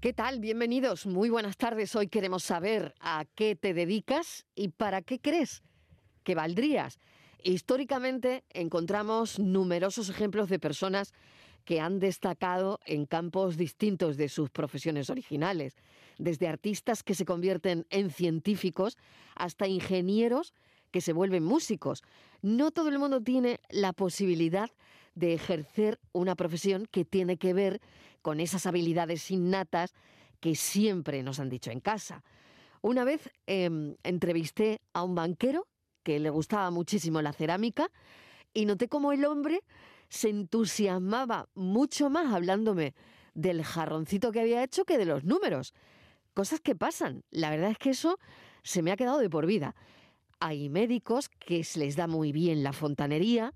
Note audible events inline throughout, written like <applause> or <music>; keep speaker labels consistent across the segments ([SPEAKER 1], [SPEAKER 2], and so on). [SPEAKER 1] ¿Qué tal? Bienvenidos. Muy buenas tardes. Hoy queremos saber a qué te dedicas y para qué crees que valdrías. Históricamente encontramos numerosos ejemplos de personas que han destacado en campos distintos de sus profesiones originales, desde artistas que se convierten en científicos hasta ingenieros que se vuelven músicos. No todo el mundo tiene la posibilidad de ejercer una profesión que tiene que ver con esas habilidades innatas que siempre nos han dicho en casa. Una vez eh, entrevisté a un banquero que le gustaba muchísimo la cerámica y noté cómo el hombre se entusiasmaba mucho más hablándome del jarroncito que había hecho que de los números. Cosas que pasan. La verdad es que eso se me ha quedado de por vida. Hay médicos que se les da muy bien la fontanería,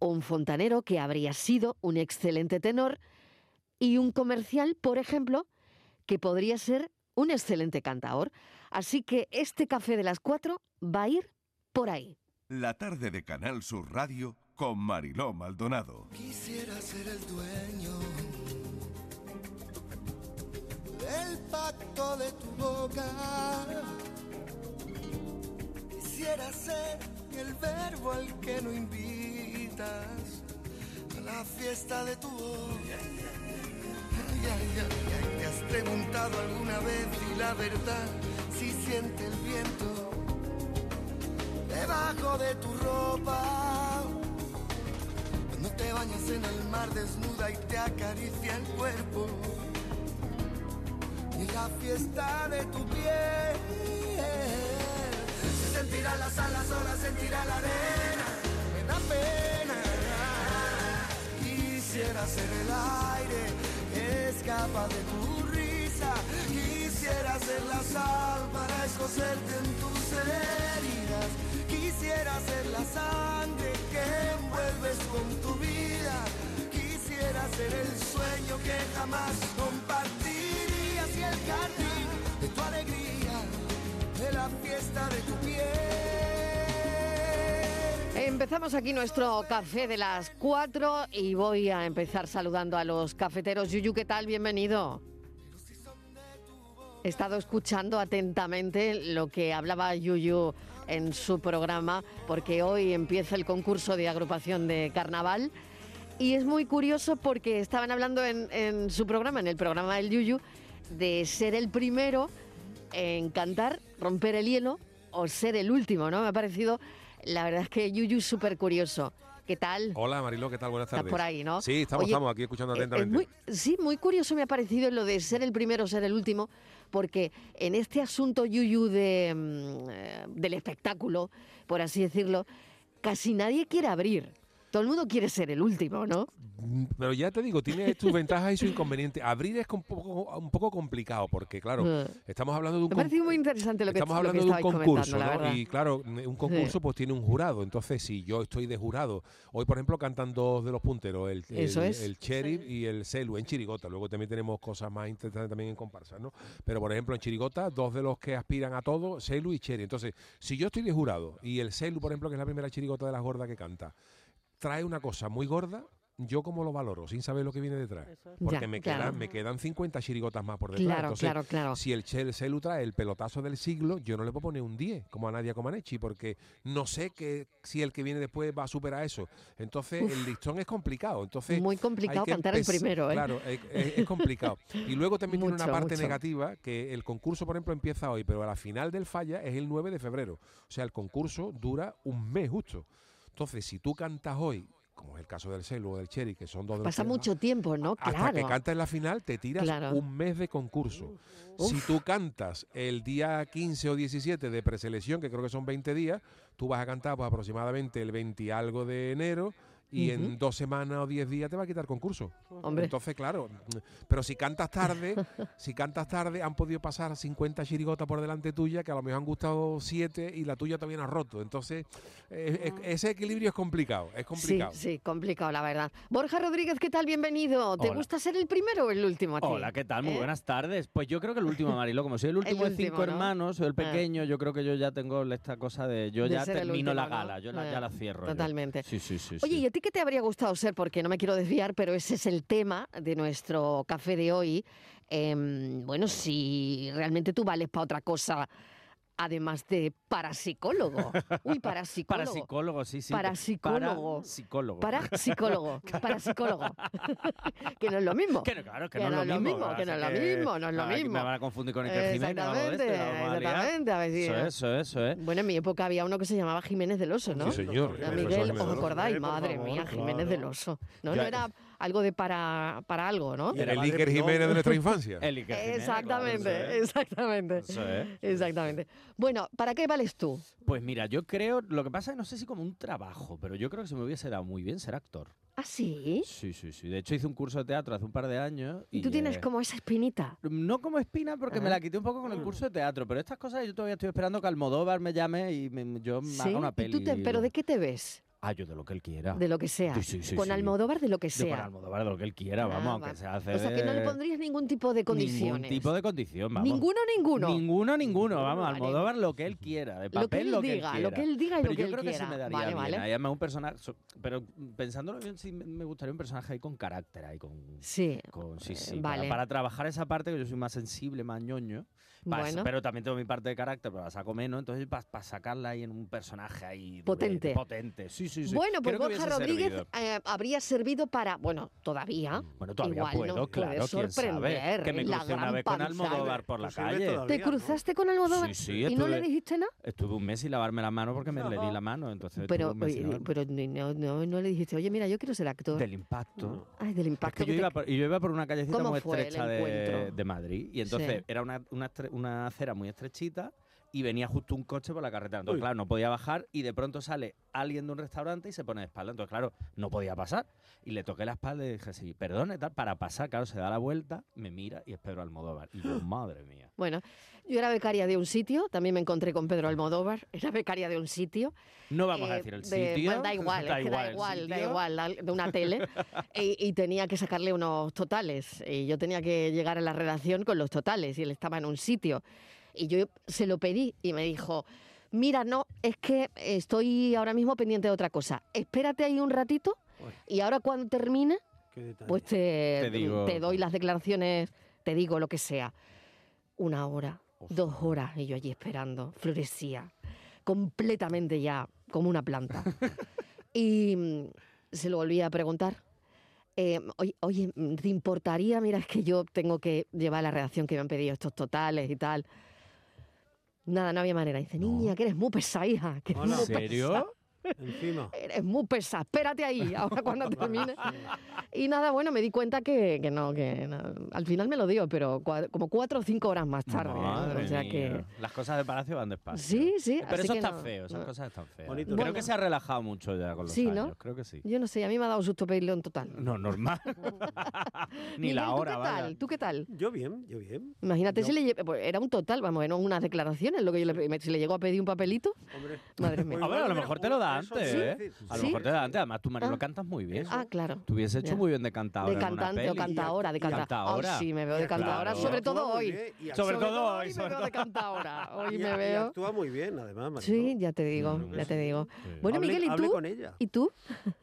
[SPEAKER 1] un fontanero que habría sido un excelente tenor y un comercial, por ejemplo, que podría ser un excelente cantaor. Así que este café de las cuatro va a ir por ahí.
[SPEAKER 2] La tarde de Canal Sur Radio con Mariló Maldonado.
[SPEAKER 3] Quisiera ser el dueño del pacto de tu boca. Quisiera ser el verbo al que no invitas a la fiesta de tu voz. Ay, ay, ay, ay, ¿Te has preguntado alguna vez si la verdad si siente el viento debajo de tu ropa? Cuando Pues te bañas en el mar desnuda y te acaricia el cuerpo. Y la fiesta de tu piel. Se sentirá las alas, sola sentirá la arena. Me da pena. Quisiera ser el aire, escapa de tu risa. Quisiera ser la sal para escocerte en tus heridas. Quisiera ser la sangre que envuelves con tu vida. Quisiera ser el sueño que jamás compartirías y el jardín de tu alegría, de la fiesta de tu piel.
[SPEAKER 1] Empezamos aquí nuestro café de las cuatro y voy a empezar saludando a los cafeteros. Yuyu, ¿qué tal? Bienvenido. He estado escuchando atentamente lo que hablaba Yuyu en su programa, porque hoy empieza el concurso de agrupación de carnaval. Y es muy curioso porque estaban hablando en, en su programa, en el programa del Yuyu, de ser el primero en cantar, romper el hielo o ser el último, ¿no? Me ha parecido, la verdad es que Yuyu es súper curioso. ¿Qué tal?
[SPEAKER 4] Hola Marilo, ¿qué tal? Buenas
[SPEAKER 1] Estás
[SPEAKER 4] tardes.
[SPEAKER 1] por ahí, ¿no?
[SPEAKER 4] Sí, estamos,
[SPEAKER 1] Oye,
[SPEAKER 4] estamos aquí escuchando
[SPEAKER 1] Eh, es
[SPEAKER 4] atentamente.
[SPEAKER 1] muy- sí, muy curioso me ha parecido lo de ser el primero, ser el último, porque en este asunto yuyu de, mm, eh, del espectáculo, por así decirlo, casi nadie quiere abrir. Todo el mundo quiere ser el último, ¿no?
[SPEAKER 4] Mm, Pero ya te digo, tiene sus ventajas y sus inconvenientes. Abrir es un poco, un poco complicado porque, claro,
[SPEAKER 1] Eh.
[SPEAKER 4] estamos hablando de un
[SPEAKER 1] Me ha
[SPEAKER 4] con-
[SPEAKER 1] parecido muy interesante lo que,
[SPEAKER 4] Estamos
[SPEAKER 1] lo que
[SPEAKER 4] hablando de un
[SPEAKER 1] estabais
[SPEAKER 4] concurso,
[SPEAKER 1] comentando, la
[SPEAKER 4] ¿no?
[SPEAKER 1] verdad.
[SPEAKER 4] Y claro, n- un concurso pues tiene un jurado. Entonces, si yo estoy de jurado, hoy por ejemplo cantan dos de los punteros, el, el,
[SPEAKER 1] Eso es.
[SPEAKER 4] el Cherry y el Celu en Chirigota. Luego también tenemos cosas más interesantes también en comparsa, ¿no? Pero por ejemplo, en Chirigota, dos de los que aspiran a todo, Celu y Cherry. Entonces, si yo estoy de jurado y el Celu, por ejemplo, que es la primera Chirigota de las gordas que canta, trae una cosa muy gorda, yo como lo valoro, sin saber lo que viene detrás. Porque
[SPEAKER 1] Ya,
[SPEAKER 4] me,
[SPEAKER 1] claro.
[SPEAKER 4] quedan, me quedan 50 chirigotas más por detrás.
[SPEAKER 1] Claro,
[SPEAKER 4] Entonces,
[SPEAKER 1] claro, claro.
[SPEAKER 4] Si el, Chel- Celu trae el pelotazo del siglo, yo no le puedo poner un 10, como a Nadia Comaneci, porque no sé que, si el que viene después va a superar eso. Entonces, el listón es complicado. Entonces,
[SPEAKER 1] Muy
[SPEAKER 4] hay
[SPEAKER 1] complicado
[SPEAKER 4] que
[SPEAKER 1] cantar el
[SPEAKER 4] empezar-
[SPEAKER 1] primero, ¿eh?
[SPEAKER 4] Claro, es, es- es complicado. Y luego también tiene
[SPEAKER 1] Mucho,
[SPEAKER 4] una parte
[SPEAKER 1] mucho.
[SPEAKER 4] negativa, que el concurso, por ejemplo, empieza hoy, pero la final del falla es el 9 de febrero. O sea, el concurso dura un mes justo. Entonces, si tú cantas hoy, como es el caso del Celu o del Cherry, que son dos de los
[SPEAKER 1] Pasa
[SPEAKER 4] que-
[SPEAKER 1] mucho tiempo, ¿no?
[SPEAKER 4] hasta
[SPEAKER 1] claro.
[SPEAKER 4] que cantas la final te tiras
[SPEAKER 1] Claro.
[SPEAKER 4] un mes de concurso. Si tú cantas el día 15 o 17 de preselección, que creo que son 20 días, tú vas a cantar pues, aproximadamente el 20 y algo de enero y en dos semanas o 10 días te va a quitar concurso.
[SPEAKER 1] Hombre.
[SPEAKER 4] Entonces, claro, mm, pero si cantas tarde, si cantas tarde han podido pasar 50 chirigotas por delante tuya que a lo mejor han gustado 7 y la tuya todavía no ha roto. Entonces, eh, eh, ese equilibrio es complicado, es complicado.
[SPEAKER 1] Ah. Sí, sí, complicado, la verdad. Borja Rodríguez, ¿qué tal? Bienvenido. ¿Te
[SPEAKER 5] Hola.
[SPEAKER 1] gusta ser el primero o el último a ti?
[SPEAKER 5] Hola, ¿qué tal? Muy
[SPEAKER 1] ¿Eh?
[SPEAKER 5] buenas tardes. Pues yo creo que el último, Marilo, como soy
[SPEAKER 1] <laughs>
[SPEAKER 5] el último de cinco
[SPEAKER 1] último, ¿no?
[SPEAKER 5] hermanos, soy el
[SPEAKER 1] Ah.
[SPEAKER 5] pequeño, yo creo que yo ya tengo esta cosa de yo
[SPEAKER 1] De
[SPEAKER 5] ya
[SPEAKER 1] ser el
[SPEAKER 5] termino la
[SPEAKER 1] último, ¿no?
[SPEAKER 5] gala, yo la-
[SPEAKER 1] Ah,
[SPEAKER 5] ya la cierro. yo.
[SPEAKER 1] totalmente.
[SPEAKER 5] Sí, sí, sí.
[SPEAKER 1] Oye,
[SPEAKER 5] sí.
[SPEAKER 1] ¿y a ti qué te habría gustado ser? Porque no me quiero desviar, pero ese es el tema de nuestro café de hoy. em, bueno, si realmente tú vales para otra cosa, además de parapsicólogo.
[SPEAKER 5] <laughs>
[SPEAKER 1] Uy,
[SPEAKER 5] Para
[SPEAKER 1] parapsicólogo.
[SPEAKER 5] psicólogo, sí, sí.
[SPEAKER 1] Para psicólogo.
[SPEAKER 5] Para psicólogo. <laughs>
[SPEAKER 1] Parapsicólogo. Parapsicólogo. <laughs> que no es lo mismo.
[SPEAKER 5] Que no, claro, que, no es lo mismo.
[SPEAKER 1] que no es lo mismo, no es lo
[SPEAKER 5] ah, que
[SPEAKER 1] mismo.
[SPEAKER 5] Me van a confundir con Iker Jiménez. o algo de
[SPEAKER 1] Exactamente,
[SPEAKER 5] este, la vamos a liar.
[SPEAKER 1] exactamente. A ver si-
[SPEAKER 5] Eso es, eso es, eso es.
[SPEAKER 1] Bueno, en mi época había uno que se llamaba Jiménez del Oso, ¿no?
[SPEAKER 4] Sí, señor.
[SPEAKER 1] Ah,
[SPEAKER 4] el profesor
[SPEAKER 1] Miguel,
[SPEAKER 4] Jiménez
[SPEAKER 1] ¿os
[SPEAKER 4] Deloro.
[SPEAKER 1] acordáis?
[SPEAKER 6] por
[SPEAKER 1] Madre
[SPEAKER 6] favor,
[SPEAKER 1] mía, Jiménez
[SPEAKER 6] claro.
[SPEAKER 1] del Oso. No,
[SPEAKER 4] Ya-
[SPEAKER 1] no era algo de para, para algo, ¿no?
[SPEAKER 6] Y
[SPEAKER 4] El
[SPEAKER 6] Madre
[SPEAKER 4] Iker Jiménez
[SPEAKER 6] Pinocho.
[SPEAKER 4] de
[SPEAKER 5] <laughs>
[SPEAKER 4] nuestra infancia.
[SPEAKER 5] El Iker Jiménez,
[SPEAKER 1] Exactamente,
[SPEAKER 5] claro, eso es.
[SPEAKER 1] exactamente.
[SPEAKER 5] Eso es.
[SPEAKER 1] Exactamente. Bueno, ¿para qué vales tú?
[SPEAKER 5] Pues mira, yo creo, lo que pasa es que no sé si como un trabajo, pero yo creo que se me hubiese dado muy bien ser actor.
[SPEAKER 1] Ah, sí.
[SPEAKER 5] Sí, sí, sí. De hecho hice un curso de teatro hace un par de años.
[SPEAKER 1] Y tú tienes
[SPEAKER 5] eh,
[SPEAKER 1] como esa espinita.
[SPEAKER 5] No como espina, porque me
[SPEAKER 1] Ah.
[SPEAKER 5] la quité un poco con el curso de teatro, pero estas cosas yo todavía estoy esperando que Almodóvar me llame y me- yo me
[SPEAKER 1] ¿Sí?
[SPEAKER 5] haga una
[SPEAKER 1] ¿Y
[SPEAKER 5] peli.
[SPEAKER 1] tú te- ¿Pero de qué te ves?
[SPEAKER 5] Ah, yo de lo que él quiera.
[SPEAKER 1] De lo que sea.
[SPEAKER 5] Sí, sí, sí,
[SPEAKER 1] Con
[SPEAKER 5] sí.
[SPEAKER 1] Almodóvar de lo que
[SPEAKER 5] Yo con
[SPEAKER 1] sea.
[SPEAKER 5] Almodóvar de lo que él quiera,
[SPEAKER 1] Ah,
[SPEAKER 5] vamos,
[SPEAKER 1] va-
[SPEAKER 5] aunque se hace...
[SPEAKER 1] O sea, que no le pondrías ningún tipo de
[SPEAKER 5] Ningún
[SPEAKER 1] condiciones.
[SPEAKER 5] tipo de condición, vamos.
[SPEAKER 1] Ninguno, ninguno.
[SPEAKER 5] Ninguno, ninguno,
[SPEAKER 1] Ninguno,
[SPEAKER 5] vamos,
[SPEAKER 1] vale.
[SPEAKER 5] Almodóvar lo que él quiera, de
[SPEAKER 1] Lo que
[SPEAKER 5] papel
[SPEAKER 1] él
[SPEAKER 5] lo que él,
[SPEAKER 1] diga,
[SPEAKER 5] quiera.
[SPEAKER 1] lo que él diga y
[SPEAKER 5] pero
[SPEAKER 1] lo que
[SPEAKER 5] yo
[SPEAKER 1] él
[SPEAKER 5] creo que se
[SPEAKER 1] quiera.
[SPEAKER 5] me daría
[SPEAKER 1] Vale,
[SPEAKER 5] bien. ¿eh?
[SPEAKER 1] vale.
[SPEAKER 5] Ahí Además, un personaje, so- pero pensándolo bien, sí me me gustaría un personaje ahí con carácter, ahí con...
[SPEAKER 1] Sí.
[SPEAKER 5] con- sí,
[SPEAKER 1] eh,
[SPEAKER 5] sí, para-
[SPEAKER 1] vale.
[SPEAKER 5] para, trabajar esa parte que yo soy más sensible, más ñoño, para eso,
[SPEAKER 1] Bueno.
[SPEAKER 5] pero también tengo mi parte de carácter, pero la saco menos, entonces para sacarla ahí en un personaje ahí dure-
[SPEAKER 1] Potente.
[SPEAKER 5] potente. Sí, sí, sí.
[SPEAKER 1] Bueno, pues
[SPEAKER 5] Creo que
[SPEAKER 1] Borja
[SPEAKER 5] hubiese
[SPEAKER 1] Rodríguez
[SPEAKER 5] servido. Mm,
[SPEAKER 1] eh, habría servido para, bueno, todavía,
[SPEAKER 5] Bueno, todavía
[SPEAKER 1] igual
[SPEAKER 5] puedo,
[SPEAKER 1] nos puede
[SPEAKER 5] claro, quién sabe.
[SPEAKER 1] sorprender
[SPEAKER 5] Que me
[SPEAKER 1] la
[SPEAKER 5] crucé una
[SPEAKER 1] gran
[SPEAKER 5] vez con
[SPEAKER 1] panza.
[SPEAKER 5] Almodóvar por la
[SPEAKER 6] Posible
[SPEAKER 5] calle.
[SPEAKER 6] todavía.
[SPEAKER 1] ¿Te
[SPEAKER 6] ¿no?
[SPEAKER 1] cruzaste con
[SPEAKER 5] Sí,
[SPEAKER 1] Almodóvar
[SPEAKER 5] sí,
[SPEAKER 1] y no le
[SPEAKER 5] estuve-
[SPEAKER 1] dijiste nada?
[SPEAKER 5] Estuve un mes sin lavarme la mano porque me le di la mano, entonces
[SPEAKER 1] Pero,
[SPEAKER 5] estuve un mes sin
[SPEAKER 1] oye,
[SPEAKER 5] lavarme.
[SPEAKER 1] pero ni- no, no, no le dijiste, oye, mira, yo quiero ser actor.
[SPEAKER 5] del impacto.
[SPEAKER 1] Ay, del
[SPEAKER 5] Es que
[SPEAKER 1] impacto
[SPEAKER 5] yo
[SPEAKER 1] que
[SPEAKER 5] iba,
[SPEAKER 1] te-
[SPEAKER 5] por, y yo iba por una callecita
[SPEAKER 1] ¿Cómo
[SPEAKER 5] muy
[SPEAKER 1] fue el
[SPEAKER 5] estrecha de,
[SPEAKER 1] encuentro?
[SPEAKER 5] de Madrid y entonces era una, una, estre- una acera muy estrechita y venía justo un coche por la carretera. Entonces, claro, no podía bajar y de pronto sale alguien de un restaurante y se pone de espalda. Entonces, claro, no podía pasar. Y le toqué la espalda y dije, sí, perdone, tal, para pasar. Claro, se da la vuelta, me mira y es Pedro Almodóvar. Y yo, <laughs> madre mía.
[SPEAKER 1] Bueno, yo era becaria de un sitio, también me encontré con Pedro Almodóvar, era becaria de un sitio.
[SPEAKER 5] No vamos a
[SPEAKER 1] eh,
[SPEAKER 5] decir el
[SPEAKER 1] de-
[SPEAKER 5] sitio.
[SPEAKER 1] bueno, da igual, es que <laughs> da
[SPEAKER 5] el
[SPEAKER 1] igual, da
[SPEAKER 5] sitio.
[SPEAKER 1] igual, da- de
[SPEAKER 5] <laughs>
[SPEAKER 1] una tele. y, y tenía que sacarle unos totales. Y yo tenía que llegar a la relación con los totales. Y él estaba en un sitio. Y yo se lo pedí y me dijo, mira, no, es que estoy ahora mismo pendiente de otra cosa. Espérate ahí un ratito y ahora cuando termine,
[SPEAKER 6] Qué detalle.
[SPEAKER 1] pues te,
[SPEAKER 5] Te digo-
[SPEAKER 1] te doy las declaraciones, te digo lo que sea. Una hora,
[SPEAKER 5] Ostras.
[SPEAKER 1] dos horas, y yo allí esperando, florecía, completamente ya, como una
[SPEAKER 5] <laughs>
[SPEAKER 1] planta. y mm, se lo volví a preguntar. eh, oye, oye, mm, ¿te importaría? Mira, es que yo tengo que llevar la redacción que me han pedido estos totales y tal. Nada, no había manera. Dice, niña, que eres muy pesada, hija. Que eres
[SPEAKER 6] Hola.
[SPEAKER 1] muy
[SPEAKER 5] ¿En serio?
[SPEAKER 1] pesada.
[SPEAKER 6] Encima.
[SPEAKER 1] Eres muy pesada,
[SPEAKER 5] <laughs>
[SPEAKER 1] espérate ahí, ahora cuando termine. Y nada, bueno, me di cuenta que, que no, que no. al final me lo dio, pero cua- como cuatro o cinco horas más tarde. ¿eh?
[SPEAKER 5] Madre
[SPEAKER 1] o sea
[SPEAKER 5] mía.
[SPEAKER 1] que.
[SPEAKER 5] Las cosas de Palacio van despacio.
[SPEAKER 1] Sí, sí,
[SPEAKER 5] Pero
[SPEAKER 1] así
[SPEAKER 5] eso
[SPEAKER 1] que
[SPEAKER 5] está
[SPEAKER 1] no,
[SPEAKER 5] feo, esas
[SPEAKER 1] no.
[SPEAKER 5] cosas están feas.
[SPEAKER 6] Bonito.
[SPEAKER 5] Creo
[SPEAKER 1] Mm. Bueno.
[SPEAKER 5] que se ha relajado mucho ya con los
[SPEAKER 1] Sí, ¿no?
[SPEAKER 5] años, creo que sí.
[SPEAKER 1] Yo no sé, a mí me ha dado susto pedirle un total.
[SPEAKER 5] No, normal. Ni
[SPEAKER 1] Miguel,
[SPEAKER 5] la hora,
[SPEAKER 1] ¿tú qué
[SPEAKER 5] vaya.
[SPEAKER 1] tal? ¿Tú qué tal?
[SPEAKER 6] Yo bien, yo bien.
[SPEAKER 1] Imagínate
[SPEAKER 6] Yo-
[SPEAKER 1] si le lle- pues Era un total, vamos, eran unas declaraciones, lo que yo le, me- si le llegó a pedir un papelito.
[SPEAKER 6] Hombre.
[SPEAKER 1] <laughs> Madre mía.
[SPEAKER 5] A ver, Ah, a lo mejor te lo da
[SPEAKER 6] Eso
[SPEAKER 5] antes,
[SPEAKER 6] te iba a
[SPEAKER 5] ¿eh?
[SPEAKER 6] decir.
[SPEAKER 5] A lo
[SPEAKER 1] Sí.
[SPEAKER 5] mejor te lo da antes. Además, tú, Mari,
[SPEAKER 1] Ah.
[SPEAKER 5] lo cantas muy bien.
[SPEAKER 1] Ah, claro.
[SPEAKER 5] Tú hubieses hecho
[SPEAKER 1] Ya.
[SPEAKER 5] muy bien de cantador.
[SPEAKER 1] De cantante o cantadora, de canta-
[SPEAKER 5] Cantadora.
[SPEAKER 1] Ay, sí, me veo de
[SPEAKER 6] Y actúa
[SPEAKER 1] cantadora,
[SPEAKER 5] Claro.
[SPEAKER 6] muy
[SPEAKER 1] sobre todo
[SPEAKER 6] bien,
[SPEAKER 1] hoy.
[SPEAKER 6] y actúa-
[SPEAKER 5] Sobre todo hoy,
[SPEAKER 1] me
[SPEAKER 5] sobre
[SPEAKER 1] veo
[SPEAKER 5] todo.
[SPEAKER 6] <laughs>
[SPEAKER 1] de cantadora. Hoy
[SPEAKER 6] y-
[SPEAKER 1] me
[SPEAKER 6] y
[SPEAKER 1] veo.
[SPEAKER 6] Actúa muy bien, además, <laughs> Mariló.
[SPEAKER 1] Sí, ya te digo,
[SPEAKER 5] creo que
[SPEAKER 1] ya te
[SPEAKER 6] sí.
[SPEAKER 1] digo. Bueno,
[SPEAKER 6] Hablé-
[SPEAKER 1] Miguel, ¿y
[SPEAKER 6] hablé
[SPEAKER 1] tú?
[SPEAKER 6] con ella.
[SPEAKER 1] ¿Y tú?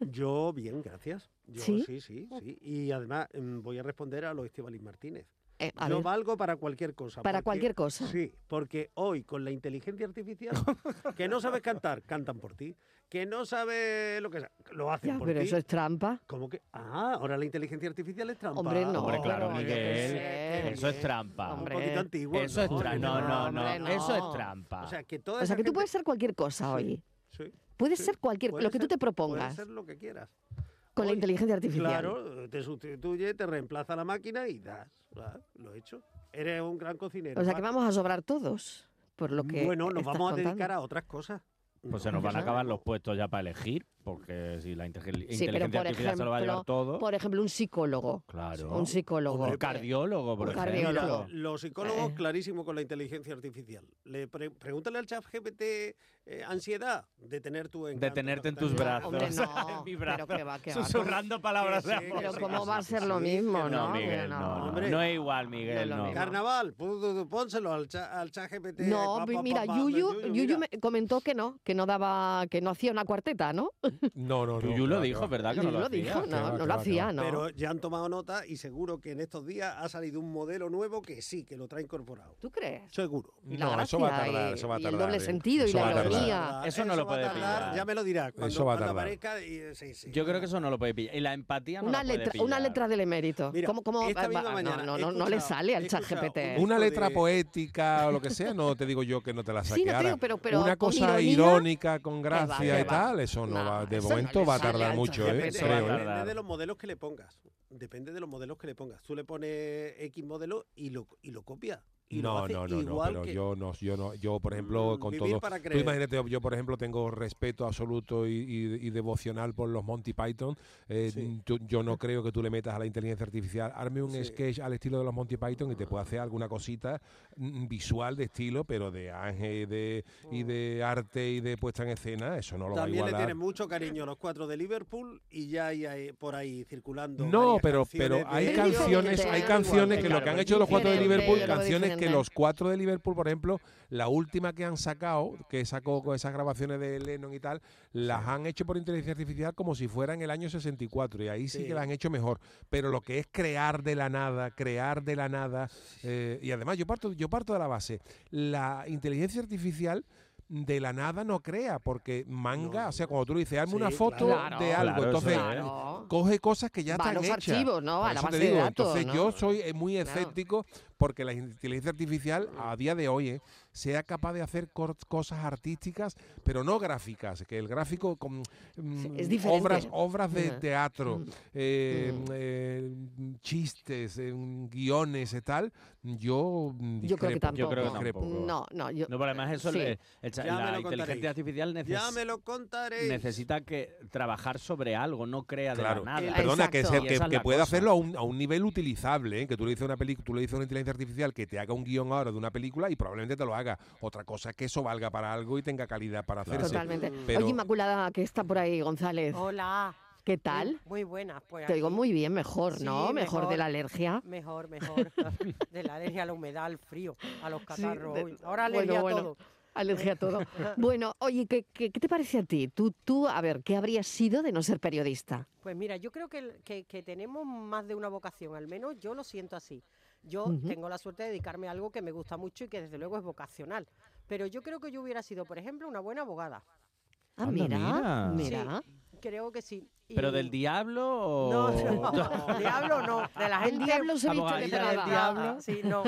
[SPEAKER 6] Yo bien, gracias. Yo
[SPEAKER 1] ¿Sí?
[SPEAKER 6] sí, sí, sí. Y además mm, voy a responder a lo Estebalis Martínez.
[SPEAKER 1] Eh, a
[SPEAKER 6] Yo
[SPEAKER 1] ver,
[SPEAKER 6] valgo para cualquier cosa.
[SPEAKER 1] para
[SPEAKER 6] porque-
[SPEAKER 1] cualquier cosa.
[SPEAKER 6] Sí, porque hoy con la inteligencia
[SPEAKER 1] <laughs>
[SPEAKER 6] artificial, que no sabes cantar, cantan por ti. Que no sabes lo que sea, lo hacen
[SPEAKER 1] Ya,
[SPEAKER 6] por
[SPEAKER 1] pero
[SPEAKER 6] ti.
[SPEAKER 1] eso es trampa.
[SPEAKER 6] ¿Cómo que? Ah, ahora la inteligencia artificial es trampa.
[SPEAKER 1] Hombre, no.
[SPEAKER 5] Hombre, claro,
[SPEAKER 1] Oh,
[SPEAKER 6] yo qué
[SPEAKER 5] Miguel.
[SPEAKER 6] sé, qué
[SPEAKER 5] Eso es
[SPEAKER 6] bien.
[SPEAKER 5] trampa.
[SPEAKER 6] Un
[SPEAKER 1] Hombre.
[SPEAKER 6] poquito antiguo.
[SPEAKER 5] Eso es
[SPEAKER 6] ¿no?
[SPEAKER 5] trampa. No, no, no.
[SPEAKER 1] Hombre, no.
[SPEAKER 5] Eso es trampa.
[SPEAKER 6] O sea, que toda
[SPEAKER 1] O sea,
[SPEAKER 6] esa
[SPEAKER 1] que tú
[SPEAKER 6] gente-
[SPEAKER 1] puedes ser cualquier cosa hoy.
[SPEAKER 6] Sí,
[SPEAKER 1] Puedes
[SPEAKER 6] sí.
[SPEAKER 1] ser cualquier,
[SPEAKER 6] Puede
[SPEAKER 1] lo que tú
[SPEAKER 6] ser-
[SPEAKER 1] te
[SPEAKER 6] Puede
[SPEAKER 1] propongas
[SPEAKER 6] ser lo que quieras.
[SPEAKER 1] con la
[SPEAKER 6] hoy,
[SPEAKER 1] inteligencia artificial.
[SPEAKER 6] Claro, te sustituye, te reemplaza la máquina y das. Ah, Lo he hecho. Eres un gran cocinero.
[SPEAKER 1] O sea, que
[SPEAKER 6] Va.
[SPEAKER 1] vamos a sobrar todos, por lo que
[SPEAKER 6] Bueno, nos
[SPEAKER 1] estás
[SPEAKER 6] vamos a dedicar
[SPEAKER 1] contando.
[SPEAKER 6] a otras cosas.
[SPEAKER 5] Pues se nos van a
[SPEAKER 1] Claro.
[SPEAKER 5] acabar los puestos ya para elegir, porque si la intel-
[SPEAKER 1] Sí, pero
[SPEAKER 5] inteligencia
[SPEAKER 1] por
[SPEAKER 5] artificial se lo va a llevar
[SPEAKER 1] ejemplo,
[SPEAKER 5] todo.
[SPEAKER 1] Por ejemplo, un psicólogo.
[SPEAKER 5] Claro.
[SPEAKER 1] Un psicólogo.
[SPEAKER 5] Un
[SPEAKER 1] que-
[SPEAKER 5] cardiólogo, por
[SPEAKER 1] Un
[SPEAKER 5] ejemplo.
[SPEAKER 1] cardiólogo.
[SPEAKER 6] Mira, los psicólogos,
[SPEAKER 1] Eh.
[SPEAKER 6] clarísimo con la inteligencia artificial. Le pre- pregúntale al chat GPT eh, ansiedad de tener tu encanto,
[SPEAKER 5] Detenerte en
[SPEAKER 6] ta, ta,
[SPEAKER 5] tus
[SPEAKER 6] ta, ta,
[SPEAKER 5] brazos.
[SPEAKER 1] Hombre,
[SPEAKER 6] ta, ta,
[SPEAKER 1] no.
[SPEAKER 5] <laughs> En mi
[SPEAKER 1] Pero que va, que va.
[SPEAKER 5] Susurrando palabras
[SPEAKER 6] Sí,
[SPEAKER 5] de
[SPEAKER 6] sí,
[SPEAKER 5] amor.
[SPEAKER 1] Pero
[SPEAKER 6] que
[SPEAKER 1] cómo
[SPEAKER 6] sí,
[SPEAKER 1] va a
[SPEAKER 6] que
[SPEAKER 1] ser
[SPEAKER 6] sí,
[SPEAKER 1] lo
[SPEAKER 6] que
[SPEAKER 1] mismo,
[SPEAKER 6] no,
[SPEAKER 1] ¿no?
[SPEAKER 5] No, Miguel,
[SPEAKER 1] Hombre,
[SPEAKER 5] no, no.
[SPEAKER 6] hombre.
[SPEAKER 5] No es igual,
[SPEAKER 1] No es
[SPEAKER 5] Miguel,
[SPEAKER 1] lo
[SPEAKER 5] no.
[SPEAKER 1] mismo.
[SPEAKER 6] Carnaval, pú, tú, tú, pónselo al chat, al chat GPT.
[SPEAKER 1] No,
[SPEAKER 6] eh, pa,
[SPEAKER 1] pues
[SPEAKER 6] pa,
[SPEAKER 1] mira,
[SPEAKER 6] pa, pa,
[SPEAKER 1] Yuyu,
[SPEAKER 6] Yuyu,
[SPEAKER 1] Yuyu
[SPEAKER 6] mira.
[SPEAKER 1] me comentó que no, que no daba, que no hacía una cuarteta, ¿no?
[SPEAKER 4] No, no, no.
[SPEAKER 5] Puyú
[SPEAKER 4] que
[SPEAKER 5] lo
[SPEAKER 4] va, que
[SPEAKER 5] dijo,
[SPEAKER 4] va.
[SPEAKER 5] ¿verdad? Que
[SPEAKER 1] Yo
[SPEAKER 5] no lo, hacía?
[SPEAKER 1] dijo,
[SPEAKER 4] que
[SPEAKER 1] no,
[SPEAKER 4] va,
[SPEAKER 1] no
[SPEAKER 4] que
[SPEAKER 1] lo
[SPEAKER 4] va, que
[SPEAKER 1] hacía,
[SPEAKER 4] va.
[SPEAKER 1] no.
[SPEAKER 6] Pero ya han tomado nota y seguro que en estos días ha salido un modelo nuevo que sí, que lo trae incorporado.
[SPEAKER 1] ¿Tú crees?
[SPEAKER 6] Seguro.
[SPEAKER 1] Y la
[SPEAKER 4] No, eso va a
[SPEAKER 1] gracia,
[SPEAKER 4] tardar,
[SPEAKER 1] eh,
[SPEAKER 4] eso va a
[SPEAKER 1] y el
[SPEAKER 4] tardar,
[SPEAKER 1] doble
[SPEAKER 4] eh.
[SPEAKER 1] sentido y
[SPEAKER 4] Eso
[SPEAKER 1] la
[SPEAKER 4] va a tardar.
[SPEAKER 1] ironía.
[SPEAKER 5] Eso no lo
[SPEAKER 6] va a
[SPEAKER 5] puede
[SPEAKER 6] tardar,
[SPEAKER 5] pillar.
[SPEAKER 6] Ya me lo dirá. Cuando,
[SPEAKER 4] Eso va a
[SPEAKER 6] cuando
[SPEAKER 4] tardar.
[SPEAKER 6] aparezca, y- eh, sí, sí.
[SPEAKER 5] Yo creo que eso no lo puede pillar. Y la empatía no
[SPEAKER 1] Una
[SPEAKER 5] la puede
[SPEAKER 1] letra, una
[SPEAKER 5] pillar.
[SPEAKER 1] letra del emérito.
[SPEAKER 6] Mira,
[SPEAKER 1] ¿Cómo, cómo
[SPEAKER 6] esta
[SPEAKER 1] va-
[SPEAKER 6] misma
[SPEAKER 1] va-
[SPEAKER 6] mañana
[SPEAKER 1] no,
[SPEAKER 6] he
[SPEAKER 1] no, no, no le
[SPEAKER 6] escuchado-
[SPEAKER 1] sale
[SPEAKER 6] he
[SPEAKER 1] al chat
[SPEAKER 6] escuchado
[SPEAKER 1] GPT.
[SPEAKER 6] un-
[SPEAKER 4] Una
[SPEAKER 6] Hijo
[SPEAKER 4] letra
[SPEAKER 6] de-
[SPEAKER 4] poética o lo que sea, no te digo yo que no te la
[SPEAKER 1] Sí, no
[SPEAKER 4] saque.
[SPEAKER 1] te digo,
[SPEAKER 4] Ahora,
[SPEAKER 1] pero- pero
[SPEAKER 4] una
[SPEAKER 1] con
[SPEAKER 4] cosa
[SPEAKER 1] ironía,
[SPEAKER 4] irónica con
[SPEAKER 1] va,
[SPEAKER 4] gracia
[SPEAKER 1] que
[SPEAKER 4] y
[SPEAKER 1] va.
[SPEAKER 4] tal, eso no,
[SPEAKER 1] No,
[SPEAKER 4] va. De
[SPEAKER 1] eso no
[SPEAKER 4] momento
[SPEAKER 1] le
[SPEAKER 4] va a
[SPEAKER 1] sale
[SPEAKER 4] tardar
[SPEAKER 1] al
[SPEAKER 4] mucho,
[SPEAKER 1] ChatGPT.
[SPEAKER 4] ¿eh?
[SPEAKER 1] Eso va a
[SPEAKER 4] creo, ¿eh?
[SPEAKER 5] tardar.
[SPEAKER 6] Depende de los modelos que le pongas. Depende de los modelos que le pongas. Tú le pones X modelo y lo, y lo copias. Y lo
[SPEAKER 4] No,
[SPEAKER 6] hace
[SPEAKER 4] no, no, no,
[SPEAKER 6] igual
[SPEAKER 4] pero
[SPEAKER 6] que-
[SPEAKER 4] yo no, yo no, yo por ejemplo
[SPEAKER 6] Mm,
[SPEAKER 4] con
[SPEAKER 6] vivir
[SPEAKER 4] todo,
[SPEAKER 6] para
[SPEAKER 4] tú
[SPEAKER 6] creer.
[SPEAKER 4] imagínate, yo, yo, por ejemplo tengo respeto absoluto y, y- y devocional por los Monty Python, Eh,
[SPEAKER 6] Sí.
[SPEAKER 4] tú- yo no creo que tú le metas a la inteligencia artificial, arme un
[SPEAKER 6] Sí.
[SPEAKER 4] sketch al estilo de los Monty Python y te puede hacer alguna cosita mm, visual de estilo, pero de ángel y de, y de arte y de puesta en escena, eso no lo va
[SPEAKER 6] Mm.
[SPEAKER 4] a
[SPEAKER 6] También le
[SPEAKER 4] igualar.
[SPEAKER 6] tiene mucho cariño a los cuatro de Liverpool y ya hay, ahí- por ahí circulando.
[SPEAKER 4] No,
[SPEAKER 6] varias
[SPEAKER 4] pero,
[SPEAKER 6] canciones
[SPEAKER 4] pero
[SPEAKER 6] de
[SPEAKER 4] hay
[SPEAKER 6] ellos.
[SPEAKER 4] canciones,
[SPEAKER 1] diferente,
[SPEAKER 4] hay
[SPEAKER 1] ¿eh?
[SPEAKER 4] canciones que
[SPEAKER 5] Claro,
[SPEAKER 4] lo que han
[SPEAKER 5] pero
[SPEAKER 4] hecho los cuatro de
[SPEAKER 1] diferente,
[SPEAKER 4] Liverpool,
[SPEAKER 1] algo
[SPEAKER 4] canciones que
[SPEAKER 1] diferente.
[SPEAKER 4] los cuatro de Liverpool, por ejemplo, la última que han sacado, que sacó con esas grabaciones de Lennon y tal, las han hecho por inteligencia artificial como si fuera en el año 64 y ahí sí,
[SPEAKER 6] Sí.
[SPEAKER 4] que las han hecho mejor. Pero lo que es crear de la nada, crear de la nada, eh, y además yo parto, yo parto de la base, la inteligencia artificial de la nada no crea, porque manga,
[SPEAKER 6] No.
[SPEAKER 4] o sea, cuando tú le dices, hazme una
[SPEAKER 6] Sí,
[SPEAKER 4] foto
[SPEAKER 1] claro.
[SPEAKER 4] de algo,
[SPEAKER 5] Claro, eso
[SPEAKER 4] entonces
[SPEAKER 5] es.
[SPEAKER 1] Claro.
[SPEAKER 4] coge cosas que ya
[SPEAKER 1] Va a
[SPEAKER 4] están
[SPEAKER 1] los
[SPEAKER 4] hechas.
[SPEAKER 1] archivos, ¿no? A
[SPEAKER 4] Por
[SPEAKER 1] la
[SPEAKER 4] eso
[SPEAKER 1] base
[SPEAKER 4] te
[SPEAKER 1] de
[SPEAKER 4] digo,
[SPEAKER 1] datos,
[SPEAKER 4] Entonces
[SPEAKER 1] ¿no?
[SPEAKER 4] yo soy eh, muy
[SPEAKER 1] Claro.
[SPEAKER 4] escéptico porque la inteligencia artificial a día de hoy eh, sea capaz de hacer cor- cosas artísticas, pero no gráficas, que el gráfico con mm,
[SPEAKER 1] Sí, es diferente.
[SPEAKER 4] obras, obras de
[SPEAKER 1] Ujú.
[SPEAKER 4] teatro,
[SPEAKER 1] Mm.
[SPEAKER 4] eh,
[SPEAKER 1] Mm.
[SPEAKER 4] eh, chistes, eh, guiones y tal, yo
[SPEAKER 1] Yo
[SPEAKER 4] mm,
[SPEAKER 1] creo que
[SPEAKER 4] discrepo,
[SPEAKER 1] tampoco.
[SPEAKER 5] Yo creo que
[SPEAKER 4] discrepo.
[SPEAKER 5] tampoco.
[SPEAKER 1] No, no, yo.
[SPEAKER 5] No, pero además eso,
[SPEAKER 1] sí.
[SPEAKER 5] le- el cha-
[SPEAKER 6] Ya me
[SPEAKER 5] la
[SPEAKER 6] lo contaréis.
[SPEAKER 5] inteligencia artificial neces-
[SPEAKER 6] Ya me lo contaréis.
[SPEAKER 5] necesita que trabajar sobre algo, no crea de
[SPEAKER 4] Claro.
[SPEAKER 5] la nada.
[SPEAKER 7] Eh,
[SPEAKER 6] El-
[SPEAKER 4] Perdona, que,
[SPEAKER 1] Exacto.
[SPEAKER 4] se-
[SPEAKER 5] Y
[SPEAKER 4] que,
[SPEAKER 5] esa es
[SPEAKER 4] que
[SPEAKER 5] la
[SPEAKER 4] puede
[SPEAKER 5] cosa.
[SPEAKER 4] hacerlo a un, a un nivel utilizable, ¿eh? que tú le dices a una película, tú le dices a una inteligencia artificial que te haga un guión ahora de una película y probablemente te lo haga. Otra cosa es que eso valga para algo y tenga calidad para hacerse.
[SPEAKER 1] Totalmente.
[SPEAKER 5] Mm.
[SPEAKER 4] Pero-
[SPEAKER 1] Oye, Inmaculada, que está por ahí, González.
[SPEAKER 8] Hola.
[SPEAKER 1] ¿Qué tal?
[SPEAKER 8] Muy buenas. Pues
[SPEAKER 1] Te digo
[SPEAKER 8] aquí,
[SPEAKER 1] muy bien, mejor,
[SPEAKER 8] Sí,
[SPEAKER 1] ¿no? Mejor, de
[SPEAKER 8] mejor.
[SPEAKER 1] la alergia.
[SPEAKER 8] Mejor, mejor.
[SPEAKER 1] <laughs>
[SPEAKER 8] de la alergia a la humedad, al frío, a los
[SPEAKER 1] Sí,
[SPEAKER 8] catarros.
[SPEAKER 1] de-
[SPEAKER 8] hoy. Ahora alergia
[SPEAKER 1] bueno,
[SPEAKER 8] a
[SPEAKER 1] bueno,
[SPEAKER 8] todo. Eh,
[SPEAKER 1] Alergia a todo. Bueno, oye, ¿qué, qué, qué te parece a ti? Tú, tú, a ver, ¿qué habrías sido de no ser periodista?
[SPEAKER 8] Pues mira, yo creo que, el- que- que tenemos más de una vocación, al menos yo lo siento así. Yo
[SPEAKER 1] Ujú.
[SPEAKER 8] tengo la suerte de dedicarme a algo que me gusta mucho y que desde luego es vocacional. Pero yo creo que yo hubiera sido, por ejemplo, una buena abogada.
[SPEAKER 1] Ah,
[SPEAKER 5] Anda,
[SPEAKER 1] mira,
[SPEAKER 5] mira.
[SPEAKER 1] mira.
[SPEAKER 8] Creo que sí. Y-
[SPEAKER 5] ¿Pero del diablo o...?
[SPEAKER 8] No,
[SPEAKER 5] <laughs>
[SPEAKER 8] no, diablo no, de la
[SPEAKER 1] El
[SPEAKER 8] gente
[SPEAKER 1] diablo se viste de
[SPEAKER 5] abogadita del
[SPEAKER 1] Prada.
[SPEAKER 5] diablo.
[SPEAKER 6] Ah,
[SPEAKER 8] Sí, no,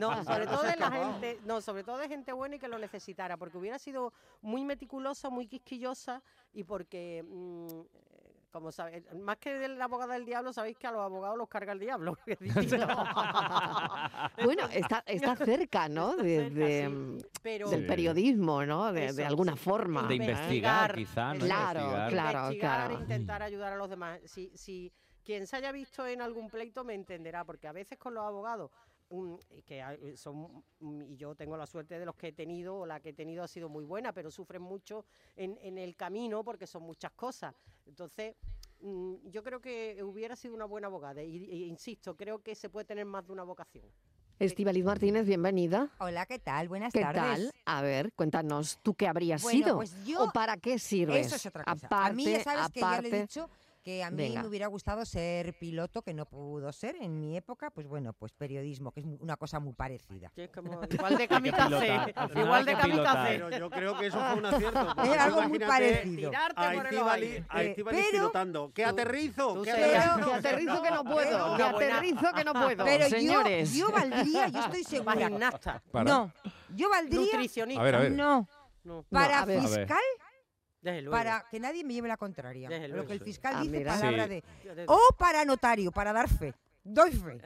[SPEAKER 8] no, sobre
[SPEAKER 6] Ahora
[SPEAKER 8] todo
[SPEAKER 6] se ha
[SPEAKER 8] de la
[SPEAKER 6] escapado.
[SPEAKER 8] gente, no, sobre todo de gente buena y que lo necesitara, porque hubiera sido muy meticulosa, muy quisquillosa y porque, mm, eh, como sabéis, más que de la abogada del diablo, sabéis que a los abogados los carga el diablo. <laughs> que es distinto.
[SPEAKER 1] Bueno,
[SPEAKER 8] <laughs>
[SPEAKER 1] está, está cerca, ¿no?
[SPEAKER 8] Está
[SPEAKER 1] De-
[SPEAKER 8] cerca,
[SPEAKER 1] de, mm,
[SPEAKER 8] sí. Pero
[SPEAKER 1] Del periodismo, ¿no? De, de
[SPEAKER 8] Eso,
[SPEAKER 1] alguna
[SPEAKER 8] sí.
[SPEAKER 1] forma.
[SPEAKER 5] De
[SPEAKER 1] ¿eh?
[SPEAKER 5] investigar, quizá, ¿no?
[SPEAKER 1] Claro,
[SPEAKER 5] Investigar.
[SPEAKER 1] claro.
[SPEAKER 8] investigar,
[SPEAKER 1] claro.
[SPEAKER 8] intentar ayudar a los demás. Si, si quien se haya visto en algún pleito me entenderá, porque a veces con los abogados mm, y que hay- son mm, y yo tengo la suerte de los que he tenido o la que he tenido ha sido muy buena, pero sufren mucho en, en el camino porque son muchas cosas. Entonces, mm, yo creo que hubiera sido una buena abogada y, y insisto, creo que se puede tener más de una vocación.
[SPEAKER 1] Estíbaliz Martínez, bienvenida.
[SPEAKER 7] Hola, ¿qué tal? Buenas
[SPEAKER 1] ¿Qué
[SPEAKER 7] tardes.
[SPEAKER 1] tal? A ver, cuéntanos, ¿tú qué habrías
[SPEAKER 7] Bueno,
[SPEAKER 1] sido?
[SPEAKER 7] pues yo-
[SPEAKER 1] ¿O para qué sirves?
[SPEAKER 7] Eso es otra cosa.
[SPEAKER 1] Aparte,
[SPEAKER 7] a mí ya sabes que ya le he
[SPEAKER 1] aparte- <laughs>
[SPEAKER 7] dicho que a mí
[SPEAKER 1] Venga.
[SPEAKER 7] me hubiera gustado ser piloto, que no pudo ser en mi época, pues bueno, pues periodismo, que es mu- una cosa muy parecida.
[SPEAKER 8] Que es
[SPEAKER 7] <laughs>
[SPEAKER 8] como
[SPEAKER 5] <laughs>
[SPEAKER 8] igual de kamikaze,
[SPEAKER 5] pilotar, al final
[SPEAKER 8] igual de
[SPEAKER 5] hay que pilotar.
[SPEAKER 8] kamikaze.
[SPEAKER 6] Pero yo creo que eso fue un <laughs> acierto. porque
[SPEAKER 7] Es
[SPEAKER 6] tú
[SPEAKER 7] algo muy
[SPEAKER 6] imagínate
[SPEAKER 7] parecido.
[SPEAKER 6] A
[SPEAKER 8] Tirarte por el
[SPEAKER 6] Estivali,
[SPEAKER 8] aire.
[SPEAKER 6] a
[SPEAKER 7] Eh,
[SPEAKER 6] Estíbaliz
[SPEAKER 7] pero-
[SPEAKER 6] pilotando. ¡Que aterrizo!
[SPEAKER 8] tú
[SPEAKER 6] ¡Que
[SPEAKER 8] serías-
[SPEAKER 6] aterrizo!
[SPEAKER 1] Que aterrizo que no puedo,
[SPEAKER 7] pero-
[SPEAKER 1] que aterrizo que no puedo,
[SPEAKER 7] Pero
[SPEAKER 1] señores.
[SPEAKER 7] yo, yo valdría, yo
[SPEAKER 8] <laughs>
[SPEAKER 7] estoy
[SPEAKER 8] Para
[SPEAKER 7] segura.
[SPEAKER 8] gimnasta,
[SPEAKER 4] Para-
[SPEAKER 7] No, yo valdría.
[SPEAKER 8] nutricionista.
[SPEAKER 4] A ver, a ver.
[SPEAKER 7] No,
[SPEAKER 8] No,
[SPEAKER 7] para
[SPEAKER 1] a ver.
[SPEAKER 7] fiscal,
[SPEAKER 8] desde luego.
[SPEAKER 7] para que nadie me lleve la contraria.
[SPEAKER 8] Desde
[SPEAKER 7] Lo
[SPEAKER 8] luego.
[SPEAKER 7] que el fiscal
[SPEAKER 1] Ah,
[SPEAKER 7] dice,
[SPEAKER 1] mira.
[SPEAKER 7] palabra
[SPEAKER 5] Sí.
[SPEAKER 7] de. ¡Oh,
[SPEAKER 8] Yo desde-
[SPEAKER 7] O para notario, para dar fe. Doy fe.